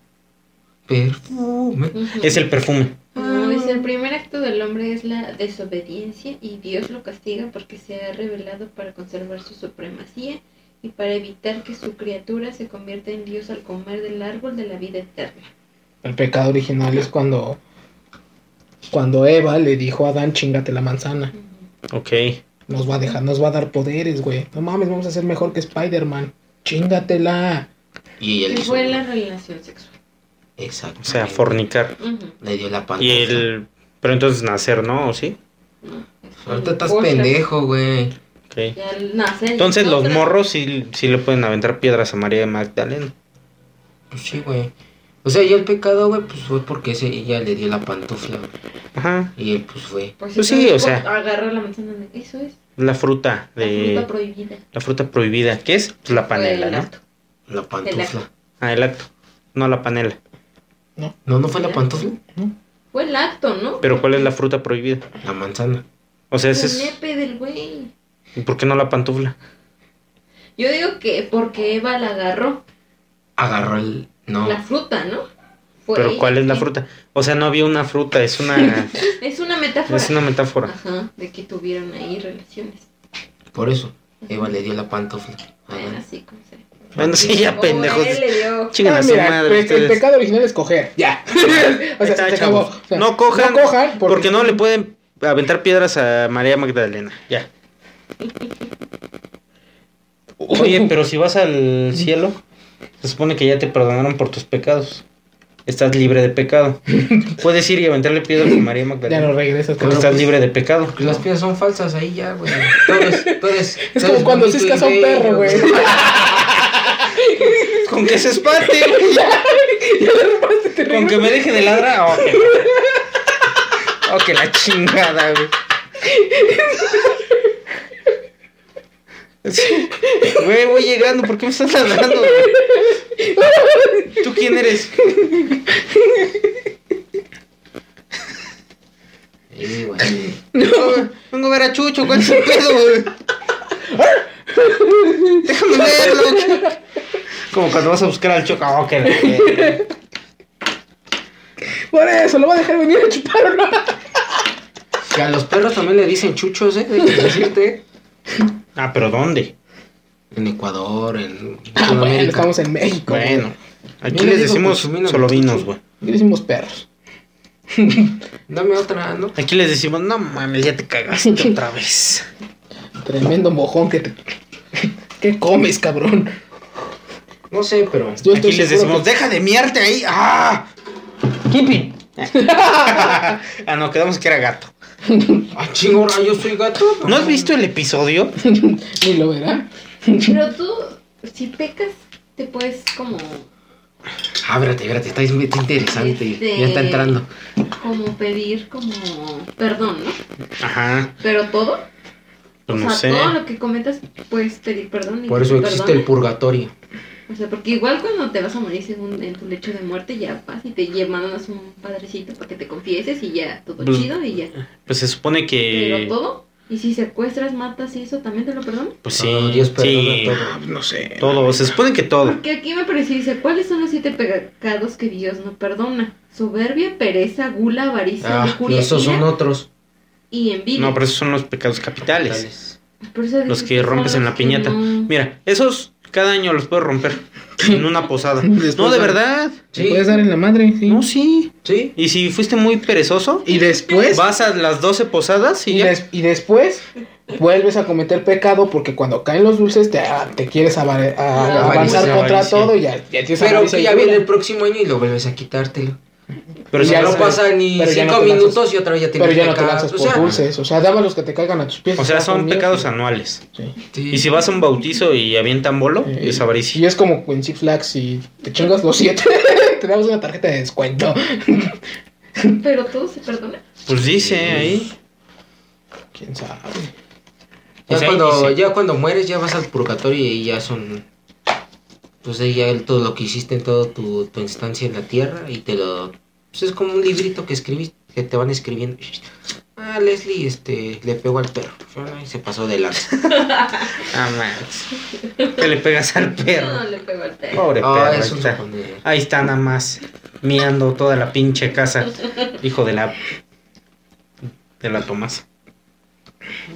Speaker 6: Perfume.
Speaker 4: es el perfume.
Speaker 10: No, es Ah, pues, el primer acto del hombre es la desobediencia y Dios lo castiga porque se ha revelado para conservar su supremacía y para evitar que su criatura se convierta en Dios al comer del árbol de la vida eterna.
Speaker 5: El pecado original es cuando. Cuando Eva le dijo a Adán, chingate la manzana.
Speaker 4: Ok.
Speaker 5: Nos va a dejar, nos va a dar poderes, güey. No mames, vamos a ser mejor que Spider-Man. Chingatela.
Speaker 6: Y
Speaker 10: Que
Speaker 6: él hizo.
Speaker 10: fue la relación sexual.
Speaker 6: Exacto.
Speaker 4: O sea, fornicar.
Speaker 10: Ujú.
Speaker 6: Le dio la pantalla.
Speaker 4: Y el. Pero entonces nacer, ¿no? ¿O sí?
Speaker 6: Ahorita estás
Speaker 10: Otra.
Speaker 6: pendejo, güey.
Speaker 4: Ok.
Speaker 10: Ya al nacer,
Speaker 4: Entonces los
Speaker 10: otra.
Speaker 4: morros sí, sí le pueden aventar piedras a María Magdalena.
Speaker 6: Pues sí, güey. O sea, y el pecado, güey, pues fue porque ese, ella le dio la pantufla. güey.
Speaker 4: Ajá.
Speaker 6: Y él, pues fue.
Speaker 4: Pues sí,
Speaker 10: entonces,
Speaker 4: o sea.
Speaker 10: pues, Agarra la manzana de eso es.
Speaker 4: La fruta
Speaker 10: La
Speaker 4: de.
Speaker 10: fruta prohibida.
Speaker 4: La fruta prohibida. ¿Qué es? Pues la panela,
Speaker 10: El
Speaker 4: ¿no?
Speaker 10: acto.
Speaker 6: La pantufla.
Speaker 4: Ah, el acto. No la panela.
Speaker 6: No, no fue la pantufla.
Speaker 10: Fue el acto, ¿no?
Speaker 4: Pero ¿cuál es la fruta prohibida?
Speaker 6: La manzana.
Speaker 4: O sea, ese
Speaker 10: el
Speaker 4: es.
Speaker 10: nepe del güey.
Speaker 4: ¿Y ¿Por qué no la pantufla?
Speaker 10: Yo digo que porque Eva la agarró.
Speaker 6: Agarró el. No.
Speaker 10: La fruta, ¿no? Fue
Speaker 4: Pero
Speaker 10: ella
Speaker 4: ¿cuál es la
Speaker 10: quien-
Speaker 4: fruta? O sea, no había una fruta, es una
Speaker 10: Es una metáfora.
Speaker 4: es una metáfora.
Speaker 5: Ah,
Speaker 10: Ajá, de que tuvieron ahí relaciones.
Speaker 6: Por eso. Eva le dio la pantufla. a
Speaker 10: Bueno,
Speaker 6: Adán.
Speaker 10: así como sea.
Speaker 4: Ah, Bueno, sí, ya
Speaker 10: O
Speaker 4: pendejos.
Speaker 10: él le dio.
Speaker 4: Chingan
Speaker 5: Ah,
Speaker 4: a su
Speaker 5: mira,
Speaker 4: madre
Speaker 5: pe- el
Speaker 4: ustedes.
Speaker 5: pecado original es coger. Ya. o sea,
Speaker 4: Ahí está,
Speaker 5: se acabó.
Speaker 4: chavos.
Speaker 5: O sea,
Speaker 4: no cojan,
Speaker 5: No cojan
Speaker 4: porque... no le pueden aventar piedras a María Magdalena. Ya. Oye, pero si vas al cielo, se supone que ya te perdonaron por tus pecados. estás libre de pecado. Puedes ir y aventarle piedras a María
Speaker 5: Ya
Speaker 4: Magdalena.
Speaker 5: no regresas,
Speaker 4: porque
Speaker 5: cabrón.
Speaker 4: estás libre de pecado.
Speaker 6: Pues las piedras son falsas ahí ya, güey. Todo es, todo es,
Speaker 5: Es
Speaker 6: todo
Speaker 5: como
Speaker 6: es
Speaker 5: cuando
Speaker 6: bonito
Speaker 5: ciscas
Speaker 6: y
Speaker 5: a un
Speaker 6: bello,
Speaker 5: perro, güey.
Speaker 4: Con que se espante. Con que me deje de ladrar. Oh, que, oh, que la chingada, güey. Sí. Güey, voy llegando. ¿Por qué me estás ladrando? güey? ¿Tú quién eres?
Speaker 6: Sí, güey.
Speaker 4: Vengo a ver a Chucho. ¿Cuál es el pedo, güey? Déjame verlo. Como cuando vas a buscar al choca. Oh, que la-
Speaker 5: Por eso, lo voy a dejar venir a chupar o no.
Speaker 6: Que a los perros también le dicen chuchos, ¿eh? Déjame decirte.
Speaker 4: Ah, pero ¿dónde?
Speaker 6: En Ecuador, en
Speaker 5: Ah, bueno,
Speaker 6: América.
Speaker 5: estamos en México. güey.
Speaker 4: Bueno. Aquí
Speaker 6: Yo le
Speaker 4: les
Speaker 6: digo
Speaker 4: decimos
Speaker 6: consumino,
Speaker 4: solo vinos,
Speaker 6: consumino.
Speaker 4: güey.
Speaker 5: Aquí decimos perros.
Speaker 6: Dame otra, ¿no?
Speaker 4: Aquí les decimos, no mames, ya te cagaste otra vez.
Speaker 5: Tremendo mojón que te. ¿Qué comes, cabrón?
Speaker 6: No sé, pero.
Speaker 5: Yo
Speaker 4: Aquí les decimos,
Speaker 5: seguro
Speaker 4: deja de miarte ahí. ¡Ah! ¡Kipi! ah, no, quedamos que era gato.
Speaker 6: Ah, chingo, ahora yo soy gato.
Speaker 4: ¿No has visto el episodio?
Speaker 5: que Ni lo verá.
Speaker 10: Pero tú, si pecas, te puedes como,
Speaker 6: Ah, espérate, espérate, está, está interesante.
Speaker 10: Este-
Speaker 6: Ya está entrando.
Speaker 10: como pedir como perdón, ¿no?
Speaker 4: Ajá,
Speaker 10: Pero todo,
Speaker 4: pues
Speaker 10: o
Speaker 4: no
Speaker 10: sea,
Speaker 4: sé.
Speaker 10: todo lo que cometas puedes pedir perdón. y
Speaker 6: Por
Speaker 10: que
Speaker 6: eso
Speaker 10: te
Speaker 6: existe
Speaker 10: perdonen.
Speaker 6: el purgatorio.
Speaker 10: O sea, porque igual cuando te vas a morir según en tu lecho de muerte, ya vas y te llevan a un padrecito para que te confieses y ya todo
Speaker 4: Pues-
Speaker 10: chido y ya.
Speaker 4: Pues se supone
Speaker 10: Pero
Speaker 4: que.
Speaker 10: todo, y si secuestras, matas y eso, ¿también te lo perdonan?
Speaker 4: Pues
Speaker 6: Todo,
Speaker 4: sí, Ah,
Speaker 6: Dios perdona
Speaker 4: sí,
Speaker 6: todo.
Speaker 5: No sé.
Speaker 4: todo. Se supone que todo.
Speaker 10: Porque aquí me pareció, dice, ¿cuáles son los siete pecados que Dios no perdona? Soberbia, pereza, gula, avaricia,
Speaker 6: Ah,
Speaker 10: lujuria,
Speaker 6: esos son
Speaker 10: ira
Speaker 6: otros.
Speaker 10: y envidia.
Speaker 4: No, pero esos son los pecados capitales.
Speaker 6: Tales.
Speaker 10: Por eso
Speaker 4: Los
Speaker 10: dices
Speaker 4: que
Speaker 10: son
Speaker 4: rompes en
Speaker 10: los
Speaker 4: la
Speaker 10: que
Speaker 4: piñata.
Speaker 10: no-
Speaker 4: Mira, esos cada año los puedo romper. En una posada.
Speaker 5: Después
Speaker 4: No, de
Speaker 5: de-
Speaker 4: verdad.
Speaker 5: ¿Te
Speaker 6: Sí,
Speaker 5: puedes dar en la madre? Sí.
Speaker 4: No, sí.
Speaker 6: sí.
Speaker 4: Y si fuiste muy perezoso,
Speaker 5: Y después.
Speaker 4: vas a las 12 posadas y
Speaker 5: Y,
Speaker 4: ya.
Speaker 5: des- y después vuelves a cometer pecado porque cuando caen los dulces te, a- te quieres ava- a-
Speaker 10: Avaricia,
Speaker 5: avanzar contra
Speaker 4: avaricia.
Speaker 5: todo y ya, ya tienes
Speaker 6: Ah, Pero
Speaker 5: avaricia
Speaker 6: que
Speaker 5: y
Speaker 6: ya
Speaker 5: gula.
Speaker 6: viene el próximo año y lo vuelves a quitártelo.
Speaker 4: Pero
Speaker 6: Y
Speaker 4: si
Speaker 6: ya
Speaker 4: no
Speaker 6: no
Speaker 5: sabes.
Speaker 4: pasa.
Speaker 6: pasa ni
Speaker 5: Pero ya no
Speaker 6: cinco
Speaker 5: te lanzas.
Speaker 6: minutos y otra vez ya tienes
Speaker 5: Pero ya no te
Speaker 6: pecado.
Speaker 5: lanzas
Speaker 6: O
Speaker 5: por
Speaker 6: sea,
Speaker 5: dulces, o sea, daba los que te caigan a tus pies.
Speaker 4: O sea,
Speaker 5: estás
Speaker 4: son
Speaker 5: comiendo.
Speaker 4: pecados anuales.
Speaker 5: Sí.
Speaker 6: sí.
Speaker 4: Y si vas a un bautizo y avientan bolo, es
Speaker 5: Y
Speaker 4: avaricia.
Speaker 5: es como en Six Flags, si te chingas los siete, te damos una tarjeta de descuento.
Speaker 10: Pero todo se perdona.
Speaker 4: Pues dice ahí.
Speaker 5: ¿Quién sabe?
Speaker 6: Ya,
Speaker 4: O sea,
Speaker 6: cuando,
Speaker 4: y sí.
Speaker 6: ya cuando mueres, ya vas al purgatorio y ya son. Pues ahí ya el- todo lo que hiciste en toda tu, tu instancia en la tierra y te lo. Pues es como un librito que escribiste, que te van escribiendo. Ah, Leslie este, le pegó al perro. Y se pasó de lanza.
Speaker 4: Ah, más. Te le pegas al
Speaker 10: No,
Speaker 4: perro.
Speaker 10: le pego al perro.
Speaker 4: Pobre perro.
Speaker 6: Ah,
Speaker 4: Ahí
Speaker 6: es un
Speaker 4: está.
Speaker 6: suponer.
Speaker 4: ahí está nada más. Miando toda la pinche casa. Hijo de la. De la Tomás.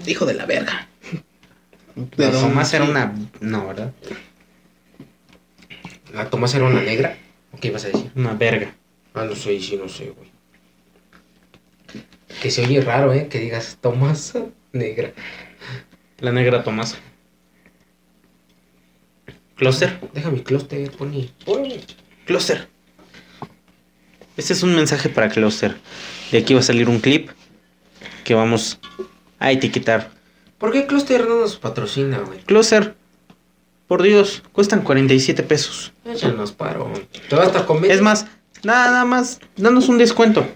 Speaker 5: Hijo de la verga.
Speaker 4: La
Speaker 5: don-
Speaker 4: Tomás era una. No, ¿verdad?
Speaker 6: ¿La Tomás era una negra? ¿O qué ibas a decir?
Speaker 4: Una verga.
Speaker 6: Ah, no sé, sí, no sé, güey. Que se oye raro, ¿eh? Que digas Tomás negra.
Speaker 4: La negra Tomás. Cluster.
Speaker 6: Deja mi clúster, Pony.
Speaker 4: Closer. Este es un mensaje para Closer. De aquí va a salir un clip que vamos a etiquetar.
Speaker 6: ¿Por qué Cluster no nos patrocina, güey?
Speaker 4: Closer, por Dios, cuestan 47 pesos.
Speaker 6: Échanos paro. Te vas a comer.
Speaker 4: Es más, nada más, danos un descuento.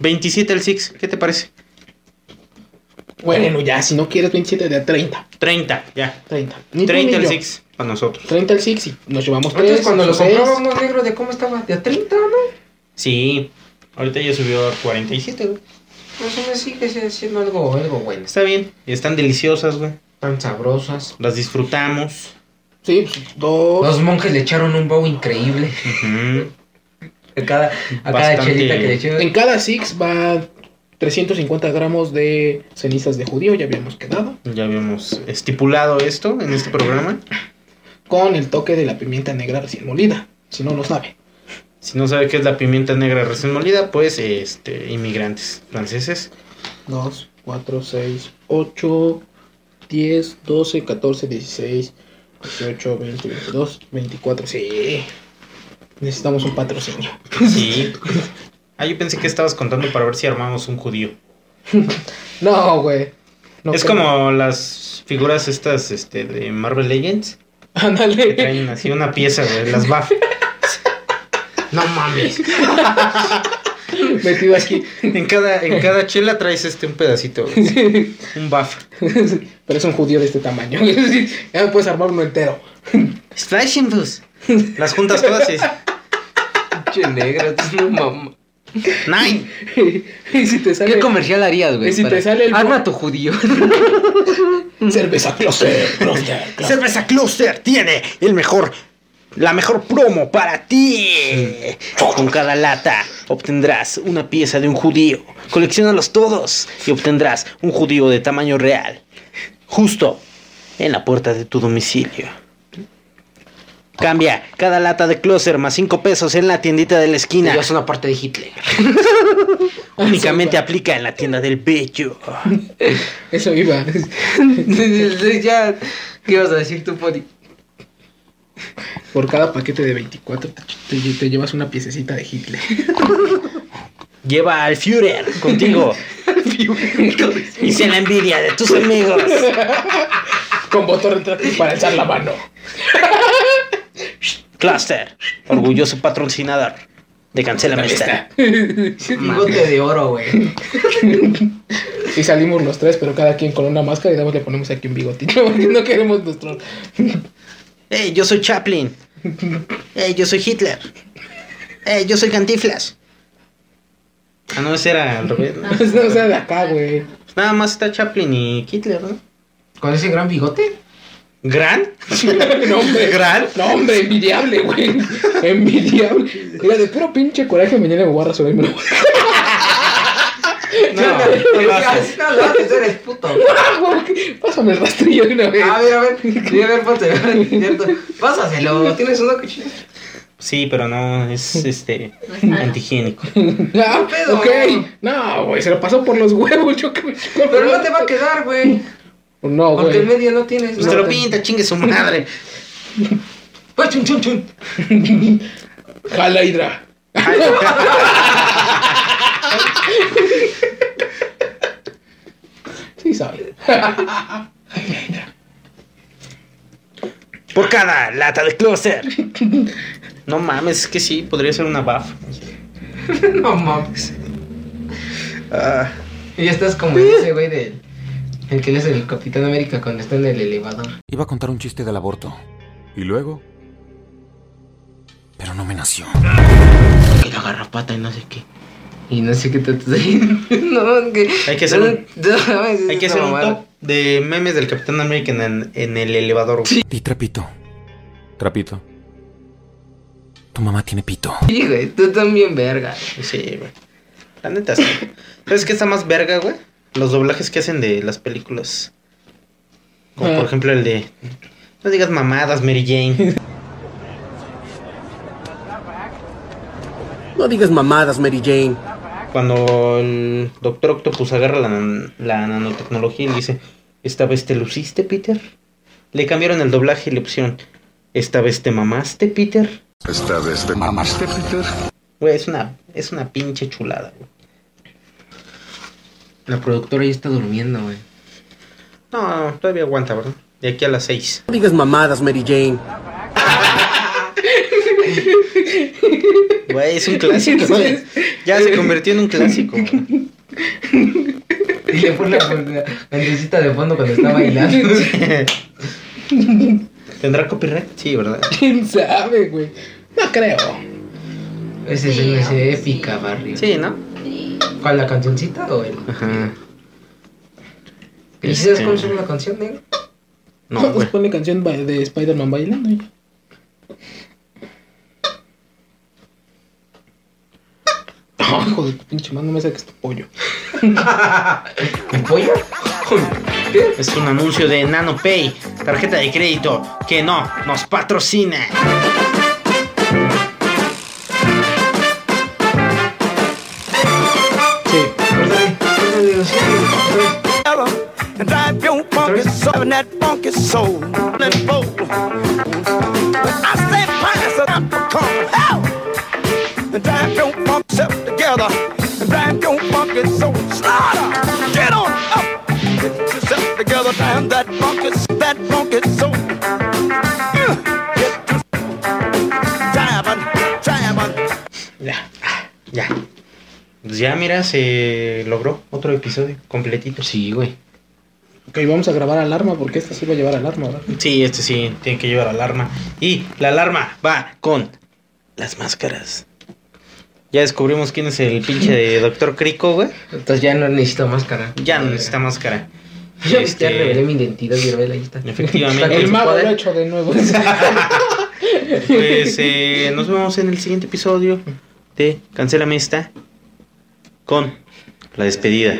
Speaker 4: 27 al Six, ¿qué te parece?
Speaker 5: Bueno, ya, si no quieres 27, de 30.
Speaker 4: 30, ya.
Speaker 5: 30. Ni tú
Speaker 4: 30
Speaker 5: ni
Speaker 4: al
Speaker 5: yo.
Speaker 4: Six para nosotros.
Speaker 5: 30 al Six y nos llevamos
Speaker 6: Antes
Speaker 5: tres.
Speaker 6: cuando lo
Speaker 5: seis.
Speaker 6: comprábamos negro, ¿de cómo estaba? ¿De a 30, no?
Speaker 4: Sí, ahorita ya subió a 47, güey.
Speaker 6: Pues aún así que sigue siendo algo, algo bueno.
Speaker 4: Está bien, están deliciosas, güey.
Speaker 6: Tan sabrosas.
Speaker 4: Las disfrutamos.
Speaker 5: Sí, pues, dos.
Speaker 6: Los monjes le echaron un bow increíble.
Speaker 4: Ujú.
Speaker 6: A cada, a cada
Speaker 4: Bastante.
Speaker 6: chelita que le echaron.
Speaker 5: En cada Six va 350 gramos de cenizas de judío, ya habíamos quedado.
Speaker 4: Ya habíamos estipulado esto en este programa.
Speaker 5: Con el toque de la pimienta negra recién molida. Si no lo sabe.
Speaker 4: Si no sabe qué es la pimienta negra recién molida, pues este inmigrantes franceses.
Speaker 5: 2, 4, 6, 8, 10, 12, 14, 16, 18, 20, 22, 24. Sí. Necesitamos un patrocinio.
Speaker 4: Sí. Ah, yo pensé que estabas contando para ver si armamos un judío.
Speaker 5: No, güey. No
Speaker 4: es
Speaker 5: creo.
Speaker 4: como las figuras estas este, de Marvel Legends. Que
Speaker 5: Ándale.
Speaker 4: traen así una pieza, güey. Las BAF. No mames.
Speaker 5: Metido aquí.
Speaker 4: En cada, en cada chela traes este un pedacito, güey. Un buff.
Speaker 5: Pero es un judío de este tamaño. ya me puedes armar uno entero.
Speaker 4: Splashing Bus. Las juntas todas y es.
Speaker 6: Che negra, tú no mamá.
Speaker 4: Nine.
Speaker 5: y si te sale
Speaker 6: ¿Qué comercial harías, güey?
Speaker 5: Y si te
Speaker 6: para-
Speaker 5: sale el-
Speaker 6: Arma tu judío.
Speaker 5: cerveza closet, closet, closet.
Speaker 4: Cerveza Cluster tiene el mejor. La mejor promo para ti. Con cada lata obtendrás una pieza de un judío. Colecciónalos todos y obtendrás un judío de tamaño real. Justo en la puerta de tu domicilio. Cambia cada lata de Closer más 5 pesos en la tiendita de la
Speaker 6: Y
Speaker 4: esquina.
Speaker 6: es una parte de Hitler.
Speaker 4: Únicamente aplica en la tienda del pecho.
Speaker 5: Eso iba.
Speaker 6: ya, ¿qué ibas a decir tú, Pony?
Speaker 5: Por cada paquete de 24 te, te- te llevas una piececita de Hitler.
Speaker 4: Lleva al Führer contigo y sé la envidia de tus amigos.
Speaker 5: Con botón retráctil para alzar la mano.
Speaker 4: Cluster, orgulloso patrocinador de Cancela
Speaker 5: Ahí
Speaker 4: Amistad.
Speaker 5: está.
Speaker 6: Bigote de oro, güey.
Speaker 5: Y salimos los tres, pero cada quien con una máscara y nada más le ponemos aquí un bigotito. porque No queremos nuestro.
Speaker 4: Hey, yo soy Chaplin. Hey, yo soy Hitler. Hey, yo soy Cantiflas. Ah, no, ese era al revés.
Speaker 6: Ah.
Speaker 4: ¿no?
Speaker 5: No sea de acá, güey.
Speaker 4: Nada más está Chaplin y Hitler, ¿no?
Speaker 6: ¿Con ese gran bigote?
Speaker 4: ¿Gran?
Speaker 5: No, hombre.
Speaker 4: ¿Gran?
Speaker 5: No, hombre, envidiable, güey. Envidiable. Mira, de puro pinche coraje, mañana me voy a rasurar y me lo voy a
Speaker 4: No, no lo haces.
Speaker 6: no lo haces, eres puto.
Speaker 5: Pásame el rastrillo de una vez.
Speaker 6: A ver, a ver, sí, a ver, ponte, a ver, cierto. Pásaselo, tienes uno que
Speaker 4: Sí, pero no, es este antihigiénico.
Speaker 5: Ah,
Speaker 6: pedo.
Speaker 5: ok. No, güey, se lo pasó por los huevos. Yo que me
Speaker 6: Pero no te va a quedar, güey.
Speaker 5: No,
Speaker 6: Porque en
Speaker 5: güey.
Speaker 6: medio no tienes.
Speaker 4: Pues te lo
Speaker 6: nada.
Speaker 4: pinta, chingue su madre.
Speaker 6: Pues, chun, chun, chun.
Speaker 5: Jala Hidra. Sí, sabe.
Speaker 4: Por cada lata de closer. No mames, es que sí, podría ser una buff.
Speaker 6: No mames. Ah. Y ya estás como ese güey del. El que le hace el Capitán América cuando está en el elevador.
Speaker 11: Iba a contar un chiste del aborto. ¿Y luego? Pero no me nació.
Speaker 6: Que la garrapata y no sé qué. Y no sé qué te No, que.
Speaker 4: Hay que hacer un-
Speaker 6: no, no, es
Speaker 4: Hay que
Speaker 6: una
Speaker 4: hacer un
Speaker 6: mamada.
Speaker 4: top de memes del Capitán América en, en el elevador. güey.
Speaker 11: Di trapito. Trapito. Tu mamá tiene pito.
Speaker 6: Sí, güey, tú también, verga.
Speaker 4: Sí, güey. La neta, sí. ¿Sabes qué está más verga, güey? Los doblajes que hacen de las películas. Como
Speaker 5: Ah.
Speaker 4: por ejemplo el de. No digas mamadas, Mary Jane.
Speaker 11: No digas mamadas, Mary Jane.
Speaker 4: Cuando el Doctor Octopus agarra la, nan- la nanotecnología y le dice: Esta vez te luciste, Peter. Le cambiaron el doblaje y le pusieron: Esta vez te mamaste, Peter.
Speaker 8: Esta vez te mamaste, Peter.
Speaker 4: Güey, es una, es una pinche chulada, güey.
Speaker 6: La productora ya está durmiendo, güey.
Speaker 4: No, todavía aguanta, ¿verdad? De aquí a las 6.
Speaker 11: No digas mamadas, Mary Jane.
Speaker 4: Güey, es un clásico. güey. Ya se convirtió en un clásico. güey.
Speaker 6: Y le pone la- la cancioncita de fondo cuando está bailando.
Speaker 4: ¿Tendrá copyright? Sí, ¿verdad?
Speaker 5: ¿Quién sabe, güey? No creo.
Speaker 6: Esa escena es épica, barrio.
Speaker 4: Sí, ¿no?
Speaker 6: ¿Cuál, la cancioncita o el?
Speaker 4: Ajá. Este.
Speaker 6: ¿Y si sabes cómo suena la canción, negro?
Speaker 4: No, güey.
Speaker 5: Ponle canción ba- de Spider-Man bailando. y ya. Ah, hijo de tu pinche mano, no me saques tu pollo.
Speaker 6: ¿Un pollo?
Speaker 4: Es un anuncio de NanoPay, tarjeta de crédito que no nos patrocina.
Speaker 5: Sí.
Speaker 6: Córtale, córtale, Dios.
Speaker 8: Drive your funky soul and that funky soul. That bowl. I said, pass it up, come out. Grab your punk self together and grab your funky soul. Slaughter! Get on up! Get yourself together, damn that funky, that funky soul. Yeah. Get to diving, diving.
Speaker 4: Ya, ah, ya. Pues ya, mira, se logró otro episodio completito.
Speaker 6: Sí, güey.
Speaker 5: Ok, vamos a grabar alarma porque esta sí va a llevar alarma, ¿verdad?
Speaker 4: Sí, este sí, tiene que llevar alarma. Y la alarma va con las máscaras. Ya descubrimos quién es el pinche de Doctor Crico, güey.
Speaker 6: Entonces ya no necesito máscara.
Speaker 4: Ya no necesita máscara.
Speaker 6: Yo
Speaker 4: Este,
Speaker 6: ya revelé mi identidad y ahí está.
Speaker 4: Efectivamente.
Speaker 5: El
Speaker 6: su
Speaker 5: mago
Speaker 6: poder.
Speaker 5: lo ha hecho de nuevo.
Speaker 4: Pues eh, nos vemos en el siguiente episodio de Cancélame esta con la despedida.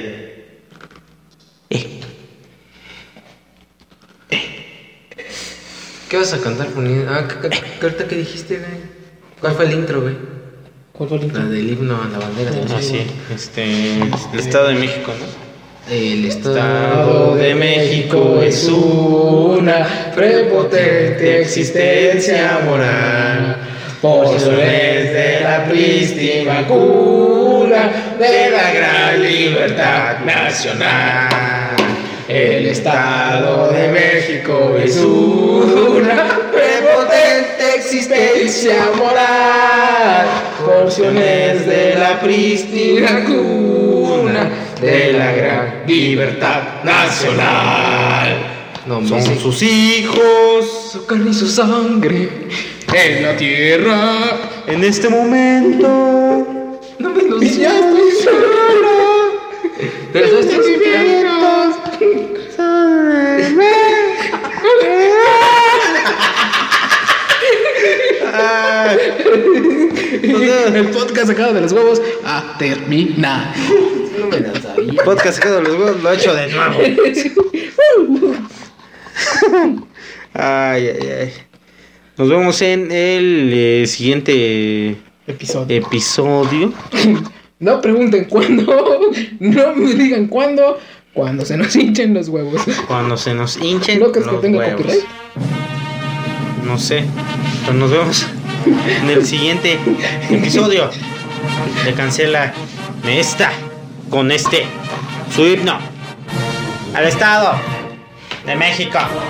Speaker 6: ¿Qué vas a cantar poniendo? Ah, ¿qué- qué- qué- ahorita que dijiste, güey. ¿Cuál fue el intro, güey?
Speaker 5: ¿Cuál fue el intro?
Speaker 6: La del himno a la bandera de
Speaker 4: Ah, sí, este, el Estado de México, ¿no?
Speaker 6: El
Speaker 4: Estado
Speaker 6: Estado
Speaker 4: de México es una prepotente existencia moral. Por eso es de la prístima cuna de la gran libertad nacional. El Estado de México es uh, una prepotente existencia moral. Porciones de la prístina cuna de la gran libertad nacional.
Speaker 6: No, me
Speaker 4: Son
Speaker 6: dice-
Speaker 4: sus hijos.
Speaker 6: su carne y su sangre.
Speaker 5: en la tierra.
Speaker 4: En este momento.
Speaker 6: No me lo
Speaker 5: Y ya estoy solo.
Speaker 6: Pero sabes qué?
Speaker 5: El podcast sacado de los huevos a terminar.
Speaker 6: No me la sabía.
Speaker 4: Podcast sacado de los huevos, lo he hecho de nuevo. Ay, ay, ay. Nos vemos en el eh, siguiente Eh.
Speaker 5: Episodio.
Speaker 4: episodio.
Speaker 5: No pregunten cuándo. No me digan cuándo. Cuando se nos hinchen los huevos.
Speaker 4: Cuando se nos hinchen
Speaker 5: ¿No crees que
Speaker 4: los
Speaker 5: tenga
Speaker 4: huevos.
Speaker 5: copyright?
Speaker 4: No sé. Pero nos vemos en el siguiente episodio. De cancela esta con este su himno al Estado de México.